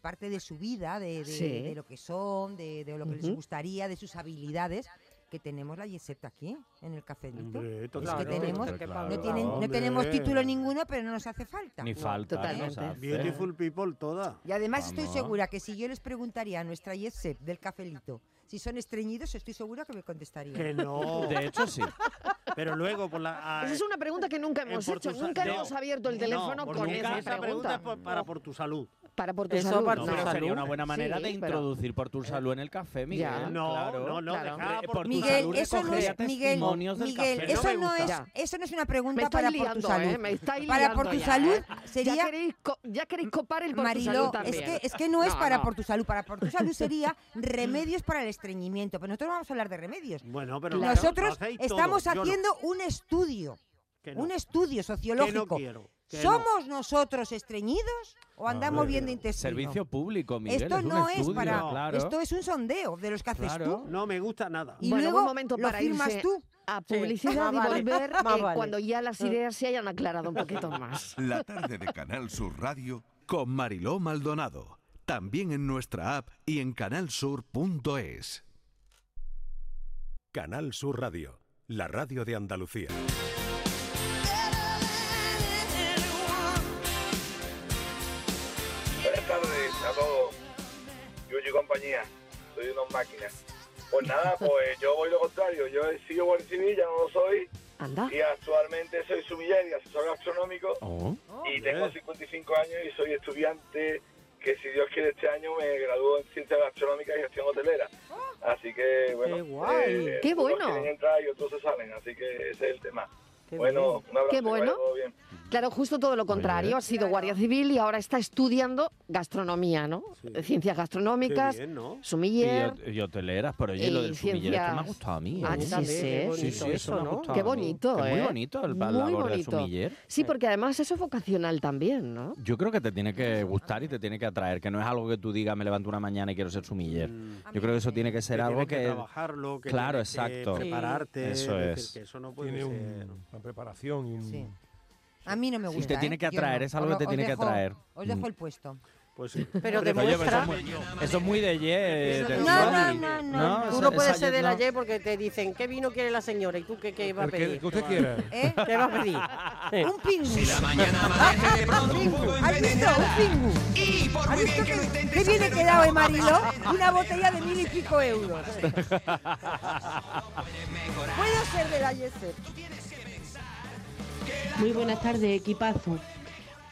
[SPEAKER 7] parte de su vida, de, de-
[SPEAKER 1] Sí.
[SPEAKER 7] de lo que son, de, de lo que les
[SPEAKER 1] Ujú.
[SPEAKER 7] gustaría, de sus habilidades, que tenemos la Yeseta aquí, en el cafelito.
[SPEAKER 6] Hombre,
[SPEAKER 7] Es
[SPEAKER 6] totalmente.
[SPEAKER 7] que tenemos,
[SPEAKER 6] Hombre, claro.
[SPEAKER 7] no, tienen- no
[SPEAKER 6] Hombre.
[SPEAKER 7] tenemos título ninguno, pero no nos hace falta.
[SPEAKER 5] Ni falta.
[SPEAKER 1] totalmente.
[SPEAKER 5] nos hace.
[SPEAKER 6] Beautiful people toda.
[SPEAKER 7] Y además estoy
[SPEAKER 5] Vamos.
[SPEAKER 7] segura que si yo les preguntaría a nuestra Yesep del cafelito si son estreñidos, estoy segura que me contestarían.
[SPEAKER 6] Que no.
[SPEAKER 5] De hecho, sí.
[SPEAKER 6] <laughs> Pero luego por la. ah,
[SPEAKER 1] Esa es una pregunta que nunca
[SPEAKER 6] en
[SPEAKER 1] hemos
[SPEAKER 6] por
[SPEAKER 1] hecho.
[SPEAKER 6] tu sa-
[SPEAKER 1] Nunca
[SPEAKER 6] no,
[SPEAKER 1] hemos abierto el
[SPEAKER 6] no,
[SPEAKER 1] teléfono
[SPEAKER 6] por
[SPEAKER 1] con
[SPEAKER 6] nunca
[SPEAKER 1] esa
[SPEAKER 6] esa
[SPEAKER 1] pregunta.
[SPEAKER 6] es por- para por tu salud.
[SPEAKER 1] Para por tu
[SPEAKER 6] Eso
[SPEAKER 1] salud.
[SPEAKER 6] para
[SPEAKER 5] No,
[SPEAKER 6] tu
[SPEAKER 5] pero
[SPEAKER 6] salud.
[SPEAKER 5] sería una buena manera
[SPEAKER 1] Sí,
[SPEAKER 5] de
[SPEAKER 1] pero-
[SPEAKER 5] introducir por tu salud en el café, Miguel.
[SPEAKER 1] Ya.
[SPEAKER 6] No,
[SPEAKER 5] claro.
[SPEAKER 6] no, no,
[SPEAKER 1] Claro.
[SPEAKER 6] deja
[SPEAKER 5] Hombre,
[SPEAKER 6] Ah, por,
[SPEAKER 5] por
[SPEAKER 6] tu
[SPEAKER 7] Miguel,
[SPEAKER 6] salud.
[SPEAKER 7] eso no es,
[SPEAKER 5] recogería
[SPEAKER 7] Miguel,
[SPEAKER 5] testimonios del
[SPEAKER 7] Miguel,
[SPEAKER 5] café.
[SPEAKER 7] eso
[SPEAKER 6] No me
[SPEAKER 7] no es,
[SPEAKER 1] gusta.
[SPEAKER 7] eso no es una
[SPEAKER 1] Me
[SPEAKER 7] pregunta
[SPEAKER 1] estáis
[SPEAKER 7] para por
[SPEAKER 1] liando,
[SPEAKER 7] tu salud.
[SPEAKER 1] ¿eh? Me estáis
[SPEAKER 7] para por
[SPEAKER 1] liando
[SPEAKER 7] tu
[SPEAKER 1] ya,
[SPEAKER 7] salud
[SPEAKER 1] ¿eh? Ya
[SPEAKER 7] sería
[SPEAKER 1] queréis, co- ya queréis copar el por tu
[SPEAKER 7] Mariló,
[SPEAKER 1] salud también.
[SPEAKER 7] es que, es que no es
[SPEAKER 1] No,
[SPEAKER 7] para
[SPEAKER 1] no. Mm.
[SPEAKER 7] por tu salud, para por tu salud
[SPEAKER 1] <laughs>
[SPEAKER 7] sería remedios para el estreñimiento, pero nosotros no vamos a hablar de remedios.
[SPEAKER 6] Bueno, pero
[SPEAKER 1] Claro.
[SPEAKER 7] Nosotros
[SPEAKER 6] lo hacéis todo,
[SPEAKER 7] estamos
[SPEAKER 6] yo no.
[SPEAKER 7] haciendo un estudio,
[SPEAKER 6] Que no.
[SPEAKER 7] un estudio sociológico.
[SPEAKER 6] quiero, que no.
[SPEAKER 7] ¿Somos nosotros estreñidos o andamos bien de intestino?
[SPEAKER 5] eh, Servicio público, Miguel.
[SPEAKER 7] esto
[SPEAKER 5] es un
[SPEAKER 7] no es
[SPEAKER 5] estudio,
[SPEAKER 7] para,
[SPEAKER 5] claro.
[SPEAKER 7] esto es un sondeo de los que haces
[SPEAKER 5] Claro.
[SPEAKER 7] tú.
[SPEAKER 6] No me gusta nada.
[SPEAKER 7] Y
[SPEAKER 1] bueno,
[SPEAKER 7] luego
[SPEAKER 1] buen momento
[SPEAKER 7] lo
[SPEAKER 1] para
[SPEAKER 7] firmas
[SPEAKER 1] irse
[SPEAKER 7] tú.
[SPEAKER 1] a
[SPEAKER 8] Más
[SPEAKER 1] publicidad y
[SPEAKER 8] vale,
[SPEAKER 1] volver
[SPEAKER 8] más
[SPEAKER 1] eh,
[SPEAKER 8] vale.
[SPEAKER 1] cuando ya las
[SPEAKER 5] Mm.
[SPEAKER 1] ideas se hayan aclarado un
[SPEAKER 21] <laughs>
[SPEAKER 1] poquito más.
[SPEAKER 2] La tarde de Canal Sur Radio
[SPEAKER 22] Con Mariló Maldonado. También en nuestra app y en canalsur.es. Canal Sur Radio, la radio de Andalucía.
[SPEAKER 21] Buenas tardes a todos. Yuyu y compañía. Soy unos máquinas. Pues
[SPEAKER 1] <laughs>
[SPEAKER 21] nada, pues yo voy lo contrario. Yo he sido guarcinilla, no lo soy.
[SPEAKER 1] Anda.
[SPEAKER 21] Y actualmente soy sumiller y asesor gastronómico.
[SPEAKER 5] Oh.
[SPEAKER 21] y tengo 55 años y soy estudiante que si Dios quiere este año me gradúo en ciencias gastronómicas y gestión hotelera. Así que bueno, eh,
[SPEAKER 1] guay. Oh. Qué
[SPEAKER 21] unos
[SPEAKER 1] bueno.
[SPEAKER 21] quieren entrar y otros se salen, así que ese es el tema.
[SPEAKER 1] Qué
[SPEAKER 21] bueno,
[SPEAKER 1] bien.
[SPEAKER 21] un abrazo.
[SPEAKER 1] Qué
[SPEAKER 21] y que vaya
[SPEAKER 1] bueno.
[SPEAKER 21] todo bien.
[SPEAKER 1] Claro, justo todo lo contrario. Ha sido guardia civil y ahora está estudiando gastronomía, ¿no? Eh, Ciencias gastronómicas,
[SPEAKER 5] Qué bien, ¿no?
[SPEAKER 1] sumiller.
[SPEAKER 5] Y, yo hoteleras, pero oye, lo del sumiller es que me ha gustado a mí.
[SPEAKER 1] Eh, Ah,
[SPEAKER 5] ¿eh?
[SPEAKER 1] sí, sí.
[SPEAKER 5] Sí, sí, eso me ha gustado
[SPEAKER 1] Qué
[SPEAKER 5] a mí.
[SPEAKER 1] bonito,
[SPEAKER 5] Que
[SPEAKER 1] ¿eh?
[SPEAKER 5] Muy bonito el la
[SPEAKER 1] Muy
[SPEAKER 5] labor del
[SPEAKER 1] bonito.
[SPEAKER 5] sumiller.
[SPEAKER 1] Sí, porque además eso es vocacional también, ¿no?
[SPEAKER 5] Yo creo que te tiene que gustar y te tiene que atraer, que no es algo que tú digas me levanto una mañana y quiero ser sumiller. Yo creo que eso tiene que ser
[SPEAKER 6] Que
[SPEAKER 5] algo
[SPEAKER 6] tienes
[SPEAKER 5] que,
[SPEAKER 6] que trabajarlo, que
[SPEAKER 5] claro,
[SPEAKER 6] tienes que
[SPEAKER 5] exacto,
[SPEAKER 6] prepararte,
[SPEAKER 5] Eso
[SPEAKER 6] es
[SPEAKER 5] es.
[SPEAKER 6] decir, que eso no puede
[SPEAKER 4] Tiene
[SPEAKER 6] ser.
[SPEAKER 4] un- una preparación y un...
[SPEAKER 7] A mí no me
[SPEAKER 5] Sí,
[SPEAKER 7] gusta.
[SPEAKER 5] te tiene
[SPEAKER 7] ¿eh?
[SPEAKER 5] que
[SPEAKER 7] Yo
[SPEAKER 5] atraer,
[SPEAKER 7] no.
[SPEAKER 5] es algo que
[SPEAKER 7] Os
[SPEAKER 5] te
[SPEAKER 7] lo-
[SPEAKER 5] tiene
[SPEAKER 7] os
[SPEAKER 5] que
[SPEAKER 7] dejo-
[SPEAKER 5] atraer.
[SPEAKER 7] Os dejo
[SPEAKER 5] Mm.
[SPEAKER 7] el puesto.
[SPEAKER 6] Pues sí.
[SPEAKER 8] Pero
[SPEAKER 5] Oye, pero eso,
[SPEAKER 8] demuestra...
[SPEAKER 5] es muy, eso es muy de ye. de
[SPEAKER 8] No, no,
[SPEAKER 5] Sony.
[SPEAKER 8] no, no. Tú
[SPEAKER 5] esa-
[SPEAKER 8] no
[SPEAKER 5] esa
[SPEAKER 8] puedes ser
[SPEAKER 5] ye-
[SPEAKER 8] de la
[SPEAKER 5] no.
[SPEAKER 8] Y porque te dicen qué vino quiere la señora y tú qué, qué va a
[SPEAKER 4] El que-
[SPEAKER 8] pedir.
[SPEAKER 4] el que usted quiera.
[SPEAKER 8] ¿Eh? ¿Qué va a pedir?
[SPEAKER 7] Un pingus. Si
[SPEAKER 8] la
[SPEAKER 7] mañana amanece de pronto un poco ¿Has visto un pingus? ¿Has visto que, qué bien he quedado, eh, Mariló? Una botella de mil y pico euros. Puedo ser de la Yesep.
[SPEAKER 23] Muy buenas tardes, equipazo.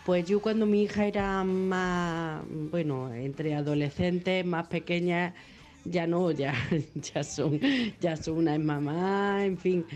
[SPEAKER 23] Pues yo cuando mi hija era más, bueno, entre adolescentes, más pequeña, ya no, ya, <laughs> ya son, ya son una es mamá, en fin.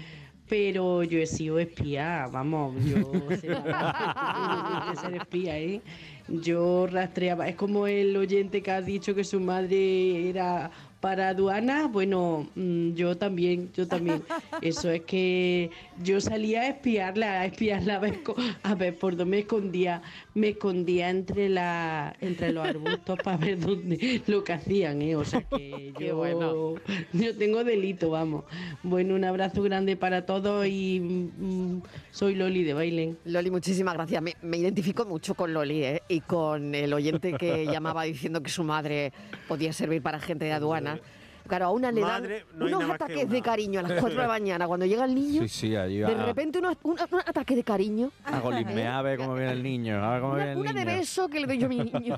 [SPEAKER 23] Pero yo he sido espía, vamos, yo sé <laughs> de ser espía, ¿eh? Yo rastreaba, es como el oyente que ha dicho que su madre era Para aduanas, bueno, mm, yo también, yo también. Eso es que yo salía a espiarla, a espiarla a ver, co- a ver por dónde me escondía. Me escondía entre la, entre los arbustos para ver dónde <laughs> lo que hacían, ¿eh? O sea que
[SPEAKER 1] <laughs> Qué
[SPEAKER 23] yo,
[SPEAKER 1] bueno.
[SPEAKER 23] yo tengo delito, vamos. Bueno, un abrazo grande para todos y mm, soy Loli de Bailén.
[SPEAKER 1] Loli, muchísimas gracias. Me, me identifico mucho con Loli ¿eh? y con el oyente
[SPEAKER 6] <laughs>
[SPEAKER 1] que llamaba diciendo que su madre podía servir para gente de aduana. Claro, a una le dan
[SPEAKER 6] Madre, no hay
[SPEAKER 1] unos
[SPEAKER 6] nada más que
[SPEAKER 1] ataques
[SPEAKER 6] una.
[SPEAKER 1] de cariño a las 4 de
[SPEAKER 6] <laughs>
[SPEAKER 1] la mañana cuando llega el niño.
[SPEAKER 5] Sí, sí, allí
[SPEAKER 1] De
[SPEAKER 5] va. ah,
[SPEAKER 1] repente unos- un, un ataque de cariño.
[SPEAKER 5] A
[SPEAKER 1] <laughs>
[SPEAKER 5] golisme, a ver cómo viene el niño, a ver cómo viene el
[SPEAKER 1] Una de
[SPEAKER 5] niño.
[SPEAKER 1] beso que le doy yo a mi
[SPEAKER 6] <laughs>
[SPEAKER 1] niño.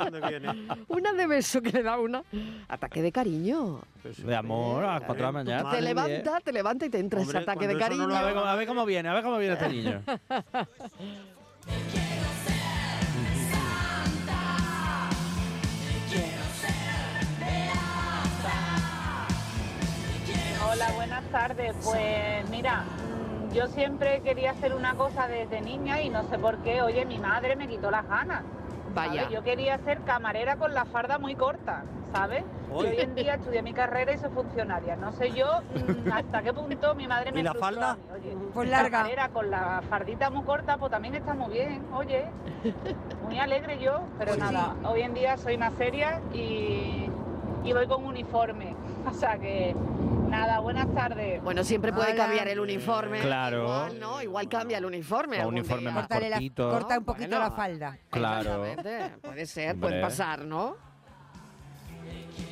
[SPEAKER 1] <laughs> Una de beso que le da una. Ataque de cariño.
[SPEAKER 5] De amor, a las 4 de la
[SPEAKER 1] Tú
[SPEAKER 5] mañana.
[SPEAKER 1] te levanta, te levanta y te entra
[SPEAKER 5] Hombre,
[SPEAKER 1] ese ataque de
[SPEAKER 5] cuando eso
[SPEAKER 1] cariño.
[SPEAKER 5] no lo haga- a, ver, cómo- a ver cómo viene, a ver cómo viene este niño.
[SPEAKER 9] Hola, buenas tardes. Pues mira, mm, yo siempre quería hacer una cosa desde niña y no sé por qué. Oye, mi madre me quitó las ganas. ¿sabes?
[SPEAKER 10] Vaya.
[SPEAKER 9] Yo quería ser camarera con la farda muy corta, ¿sabes? Y
[SPEAKER 10] Uy.
[SPEAKER 9] hoy en día estudié mi carrera y soy funcionaria. No sé yo
[SPEAKER 10] <laughs>
[SPEAKER 9] mm, hasta qué punto mi madre me
[SPEAKER 10] ¿Y la
[SPEAKER 9] frustró a
[SPEAKER 10] falda?
[SPEAKER 9] mí, Oye,
[SPEAKER 10] Pues larga.
[SPEAKER 9] Camarera con la fardita muy corta, pues también está muy bien. Oye, muy alegre yo, pero
[SPEAKER 10] Pues
[SPEAKER 9] nada, hoy en día soy más seria y, y voy con uniforme. <laughs> O sea que, nada, buenas tardes.
[SPEAKER 1] Bueno, siempre puede
[SPEAKER 9] Hola.
[SPEAKER 1] cambiar el uniforme.
[SPEAKER 5] Claro.
[SPEAKER 1] Igual, ¿no? Igual cambia el uniforme.
[SPEAKER 5] Un
[SPEAKER 1] algún
[SPEAKER 5] uniforme
[SPEAKER 1] día.
[SPEAKER 5] más Córtale la- cortito. corta
[SPEAKER 1] un poquito la
[SPEAKER 7] falda.
[SPEAKER 5] Claro.
[SPEAKER 1] Puede ser,
[SPEAKER 5] Hombre.
[SPEAKER 1] puede pasar, ¿no?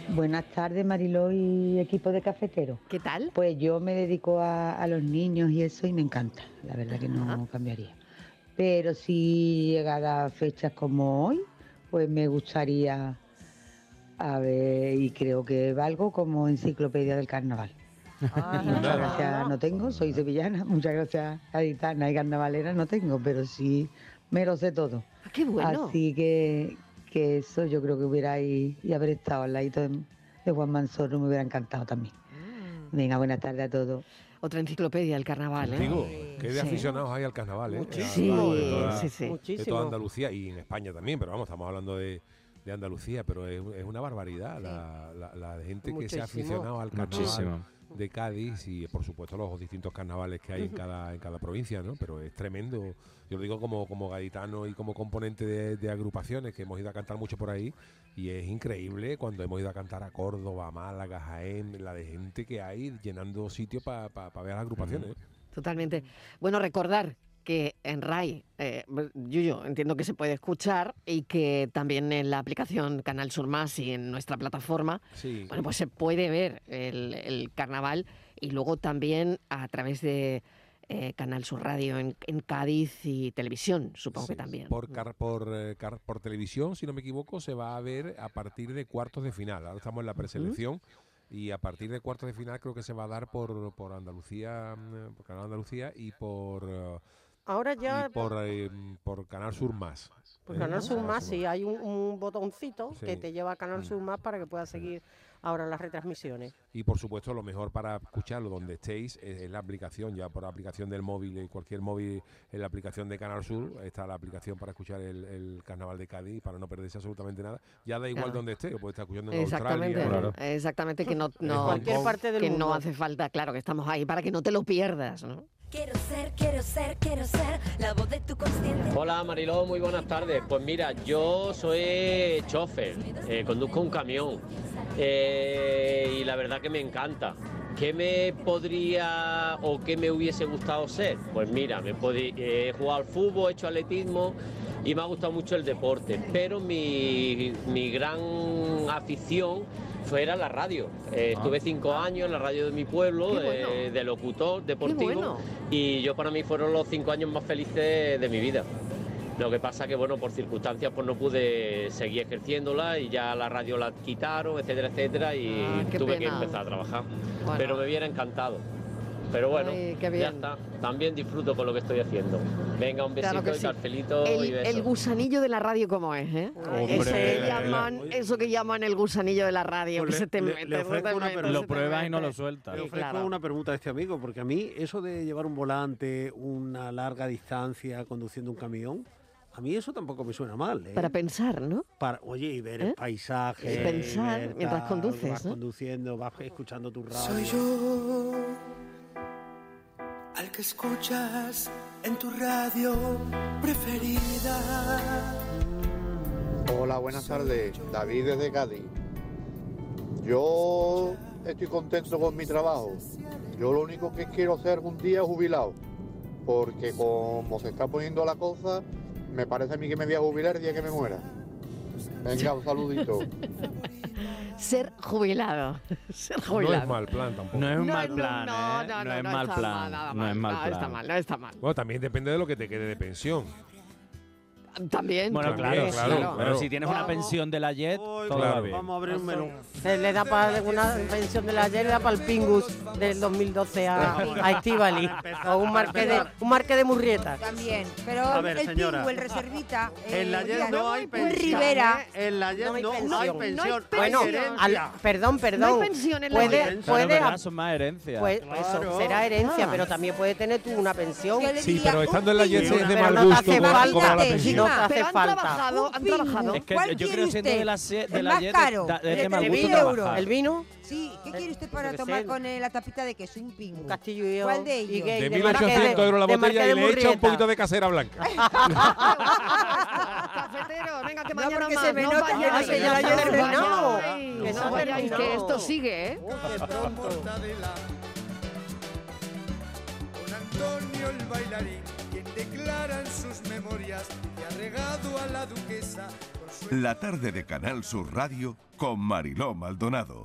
[SPEAKER 16] Buenas tardes, Mariló y equipo de cafetero.
[SPEAKER 1] ¿Qué tal?
[SPEAKER 16] Pues yo me dedico a, a los niños y eso y me encanta. La verdad que no cambiaría. Pero si llegara fechas como hoy, pues me gustaría a ver y creo que valgo como enciclopedia del carnaval. Y muchas gracias no tengo, soy sevillana, muchas gracias gaditana y carnavalera no tengo, pero sí me lo sé todo.
[SPEAKER 1] Ah, qué bueno.
[SPEAKER 16] Así que, que eso yo creo que hubiera y, y haber estado al ladito de, de Juan Manzorro me hubiera encantado también. Venga, buenas tardes a todos.
[SPEAKER 1] Mm. Otra enciclopedia del carnaval, ¿eh?
[SPEAKER 4] Digo, que de
[SPEAKER 1] Sí.
[SPEAKER 4] aficionados hay al carnaval, ¿eh?
[SPEAKER 1] Muchísimo.
[SPEAKER 4] De toda-
[SPEAKER 1] Sí, sí, sí.
[SPEAKER 4] De
[SPEAKER 1] Muchísimo.
[SPEAKER 4] toda Andalucía y en España también, pero vamos, estamos hablando de, de Andalucía, pero es, es una barbaridad la, la- la gente que se
[SPEAKER 5] Muchísimo.
[SPEAKER 4] ha aficionado al carnaval
[SPEAKER 5] Muchísimo.
[SPEAKER 4] de Cádiz y por supuesto los distintos carnavales que hay en cada, en cada provincia, ¿no? Pero es tremendo. Yo lo digo como, como gaditano y como componente de, de agrupaciones que hemos ido a cantar mucho por ahí y es increíble cuando hemos ido a cantar a Córdoba, a Málaga, Jaén, la de gente que hay llenando sitio para ver las agrupaciones. ¿eh?
[SPEAKER 1] Totalmente. Bueno, recordar que en RAI, eh, Yuyo, entiendo que se puede escuchar y que también en la aplicación Canal Sur Más y en nuestra plataforma,
[SPEAKER 4] Sí.
[SPEAKER 1] bueno, pues se puede ver el, el carnaval y luego también a través de eh, Canal Sur Radio en, en Cádiz y televisión, supongo que también. Mm.
[SPEAKER 4] Por, car- por, eh, car- por televisión, si no me equivoco, se va a ver a partir de cuartos de final. Ahora estamos en la preselección y a partir de cuartos de final creo que se va a dar por, por Andalucía, mm, por Canal Andalucía y por eh,
[SPEAKER 8] Ahora
[SPEAKER 4] y
[SPEAKER 8] ya
[SPEAKER 4] por, eh, mm, por Canal Sur más.
[SPEAKER 8] Pues
[SPEAKER 4] Eh,
[SPEAKER 8] Canal Sur Más,
[SPEAKER 4] Sur
[SPEAKER 8] sí, hay un, un botoncito que
[SPEAKER 4] Sí.
[SPEAKER 8] te lleva a Canal Sur Más para que puedas seguir ahora las retransmisiones.
[SPEAKER 4] Y por supuesto, lo mejor para escucharlo donde estéis es, es la aplicación, ya por aplicación del móvil, eh, cualquier móvil, en la aplicación de Canal Sur, está la aplicación para escuchar el, el Carnaval de Cádiz, para no perderse absolutamente nada. Ya da igual
[SPEAKER 1] Claro.
[SPEAKER 4] donde esté, lo puede estar escuchando en
[SPEAKER 1] Exactamente,
[SPEAKER 4] Australia.
[SPEAKER 1] exactamente que no,
[SPEAKER 4] En
[SPEAKER 1] no-
[SPEAKER 4] cualquier
[SPEAKER 8] parte del
[SPEAKER 1] que no
[SPEAKER 8] mundo.
[SPEAKER 1] hace falta, claro, que estamos ahí para que no te lo pierdas, ¿no?
[SPEAKER 11] Quiero ser, quiero ser, quiero ser la voz de tu consciente.
[SPEAKER 24] Hola Mariló, muy buenas tardes. Pues mira, yo soy chofer, eh, conduzco un camión eh, y la verdad que me encanta. ¿Qué me podría o qué me hubiese gustado ser? Pues mira, me podí- eh, he jugado al fútbol, he hecho atletismo y me ha gustado mucho el deporte, pero mi, mi gran afición fue era la radio. Eh,
[SPEAKER 25] Ah.
[SPEAKER 24] Estuve cinco años en la radio de mi pueblo,
[SPEAKER 25] Qué bueno.
[SPEAKER 24] eh, de locutor, deportivo.
[SPEAKER 25] bueno.
[SPEAKER 24] Y yo para mí fueron los cinco años más felices de mi vida. Lo que pasa que, bueno, por circunstancias pues no pude seguir ejerciéndola y ya la radio la quitaron, etcétera, etcétera, y
[SPEAKER 1] Ah, qué
[SPEAKER 24] tuve que
[SPEAKER 1] pena.
[SPEAKER 24] empezar a trabajar.
[SPEAKER 1] Bueno.
[SPEAKER 24] Pero me hubiera encantado. Pero bueno,
[SPEAKER 1] Ay, qué
[SPEAKER 24] ya
[SPEAKER 1] bien.
[SPEAKER 24] está. También disfruto con lo que estoy haciendo. Venga, un besito
[SPEAKER 1] Claro que
[SPEAKER 24] y
[SPEAKER 1] sí.
[SPEAKER 24] carcelito y
[SPEAKER 1] El,
[SPEAKER 24] besos.
[SPEAKER 1] el gusanillo de la radio como es, ¿eh? Pues
[SPEAKER 24] Hombre.
[SPEAKER 1] Eso que llaman, eso que llaman el gusanillo de la radio, que se te mete, se te mete, se te mete.
[SPEAKER 6] Le
[SPEAKER 1] Sí,
[SPEAKER 6] ofrezco
[SPEAKER 1] claro.
[SPEAKER 6] una permuta a este amigo, porque a mí eso de llevar un volante una larga distancia conduciendo un camión A mí eso tampoco me suena mal. ¿eh?
[SPEAKER 1] Para pensar, ¿no?
[SPEAKER 6] Para, oye, y ver
[SPEAKER 1] ¿Eh?
[SPEAKER 6] el paisaje.
[SPEAKER 1] Y pensar
[SPEAKER 6] y ver
[SPEAKER 1] mientras
[SPEAKER 6] tal,
[SPEAKER 1] conduces,
[SPEAKER 6] Vas
[SPEAKER 1] ¿no?
[SPEAKER 6] conduciendo, vas escuchando tu radio.
[SPEAKER 3] Soy yo al que escuchas en tu radio preferida.
[SPEAKER 26] Hola, buenas tardes. David desde Cádiz. Yo estoy contento con mi trabajo. Yo lo único que quiero ser un día es jubilado. Porque como se está poniendo la cosa, me parece a mí que me voy a jubilar el día que me muera. Venga, un saludito.
[SPEAKER 1] Ser jubilado. <laughs> Ser
[SPEAKER 4] No
[SPEAKER 1] jubilado.
[SPEAKER 4] es mal plan tampoco.
[SPEAKER 5] No es un
[SPEAKER 1] No,
[SPEAKER 5] mal
[SPEAKER 1] no,
[SPEAKER 5] plan,
[SPEAKER 1] no,
[SPEAKER 5] ¿eh?
[SPEAKER 1] no, no,
[SPEAKER 5] es
[SPEAKER 1] no
[SPEAKER 5] mal
[SPEAKER 1] está
[SPEAKER 5] plan.
[SPEAKER 1] mal, nada
[SPEAKER 5] no es
[SPEAKER 1] mal,
[SPEAKER 5] mal
[SPEAKER 1] no,
[SPEAKER 5] plan.
[SPEAKER 1] está mal, no está mal.
[SPEAKER 4] Bueno, también depende de lo que te quede
[SPEAKER 1] <laughs>
[SPEAKER 4] de pensión.
[SPEAKER 1] También.
[SPEAKER 5] Bueno,
[SPEAKER 4] También,
[SPEAKER 5] claro,
[SPEAKER 4] claro,
[SPEAKER 5] claro.
[SPEAKER 4] claro.
[SPEAKER 5] Pero si tienes una
[SPEAKER 4] Vamos.
[SPEAKER 5] pensión de la JET, todo va
[SPEAKER 4] claro.
[SPEAKER 5] bien.
[SPEAKER 6] Vamos a abrir un melón.
[SPEAKER 8] Se le da para una pensión de la yerba para el Pingus del 2012 a, a Estivali. O un marqués de, un marqués de Murrieta.
[SPEAKER 7] También. Pero
[SPEAKER 8] A ver,
[SPEAKER 7] el
[SPEAKER 8] señora.
[SPEAKER 7] pingo, el reservita.
[SPEAKER 8] En la
[SPEAKER 7] eh,
[SPEAKER 8] Yen no
[SPEAKER 7] un
[SPEAKER 8] hay
[SPEAKER 7] Rivera.
[SPEAKER 8] pensión, ¿eh? En la Yen No hay no hay pensión. pensión, hay
[SPEAKER 7] Bueno,
[SPEAKER 8] herencia.
[SPEAKER 7] al-
[SPEAKER 8] perdón, perdón.
[SPEAKER 7] No hay pensión en la
[SPEAKER 8] puede,
[SPEAKER 7] Yen.
[SPEAKER 5] Claro,
[SPEAKER 8] puede-
[SPEAKER 5] verdad, son más herencias.
[SPEAKER 8] pues, pues eso será herencia, pero también puede tener tú una pensión.
[SPEAKER 4] Ah. Sí, pero estando en la Jet es de
[SPEAKER 8] Pero
[SPEAKER 4] mal
[SPEAKER 8] no te
[SPEAKER 4] gusto
[SPEAKER 8] hace
[SPEAKER 4] cobrar
[SPEAKER 8] falta,
[SPEAKER 4] cobrar la pensión.
[SPEAKER 8] no te hace
[SPEAKER 1] Pero han
[SPEAKER 8] falta.
[SPEAKER 1] trabajado, han trabajado.
[SPEAKER 5] Es que yo- yo creo que siendo de la, se- de la Jet da- es de mal gusto trabajar.
[SPEAKER 8] ¿El vino?
[SPEAKER 7] Sí, ¿qué quiere usted para
[SPEAKER 5] pues
[SPEAKER 8] que
[SPEAKER 7] tomar
[SPEAKER 8] sé.
[SPEAKER 7] con eh, la tapita de queso? Un pingo.
[SPEAKER 8] castillo y
[SPEAKER 7] ¿Cuál
[SPEAKER 8] y
[SPEAKER 7] de ellos?
[SPEAKER 8] gay,
[SPEAKER 4] De
[SPEAKER 8] Marqués de-
[SPEAKER 4] 1.800 euros la
[SPEAKER 8] de Marqués
[SPEAKER 4] botella
[SPEAKER 8] de
[SPEAKER 4] y le echa un
[SPEAKER 8] Murrieta.
[SPEAKER 4] poquito de casera blanca.
[SPEAKER 1] <laughs> Cafetero, venga,
[SPEAKER 8] No,
[SPEAKER 1] que mañana
[SPEAKER 8] porque
[SPEAKER 1] más.
[SPEAKER 8] se me
[SPEAKER 1] no
[SPEAKER 8] nota
[SPEAKER 1] vayáis,
[SPEAKER 8] ya que ya
[SPEAKER 1] no
[SPEAKER 8] la haya
[SPEAKER 1] vayáis,
[SPEAKER 8] terminado.
[SPEAKER 1] ay,
[SPEAKER 8] Que se ha
[SPEAKER 1] no vayáis, que
[SPEAKER 8] terminado.
[SPEAKER 1] esto sigue, ¿eh? <laughs>
[SPEAKER 3] Con Antonio el bailarín, quien declara en sus memorias que ha regado a la duquesa
[SPEAKER 2] La tarde de Canal Sur Radio con Mariló Maldonado.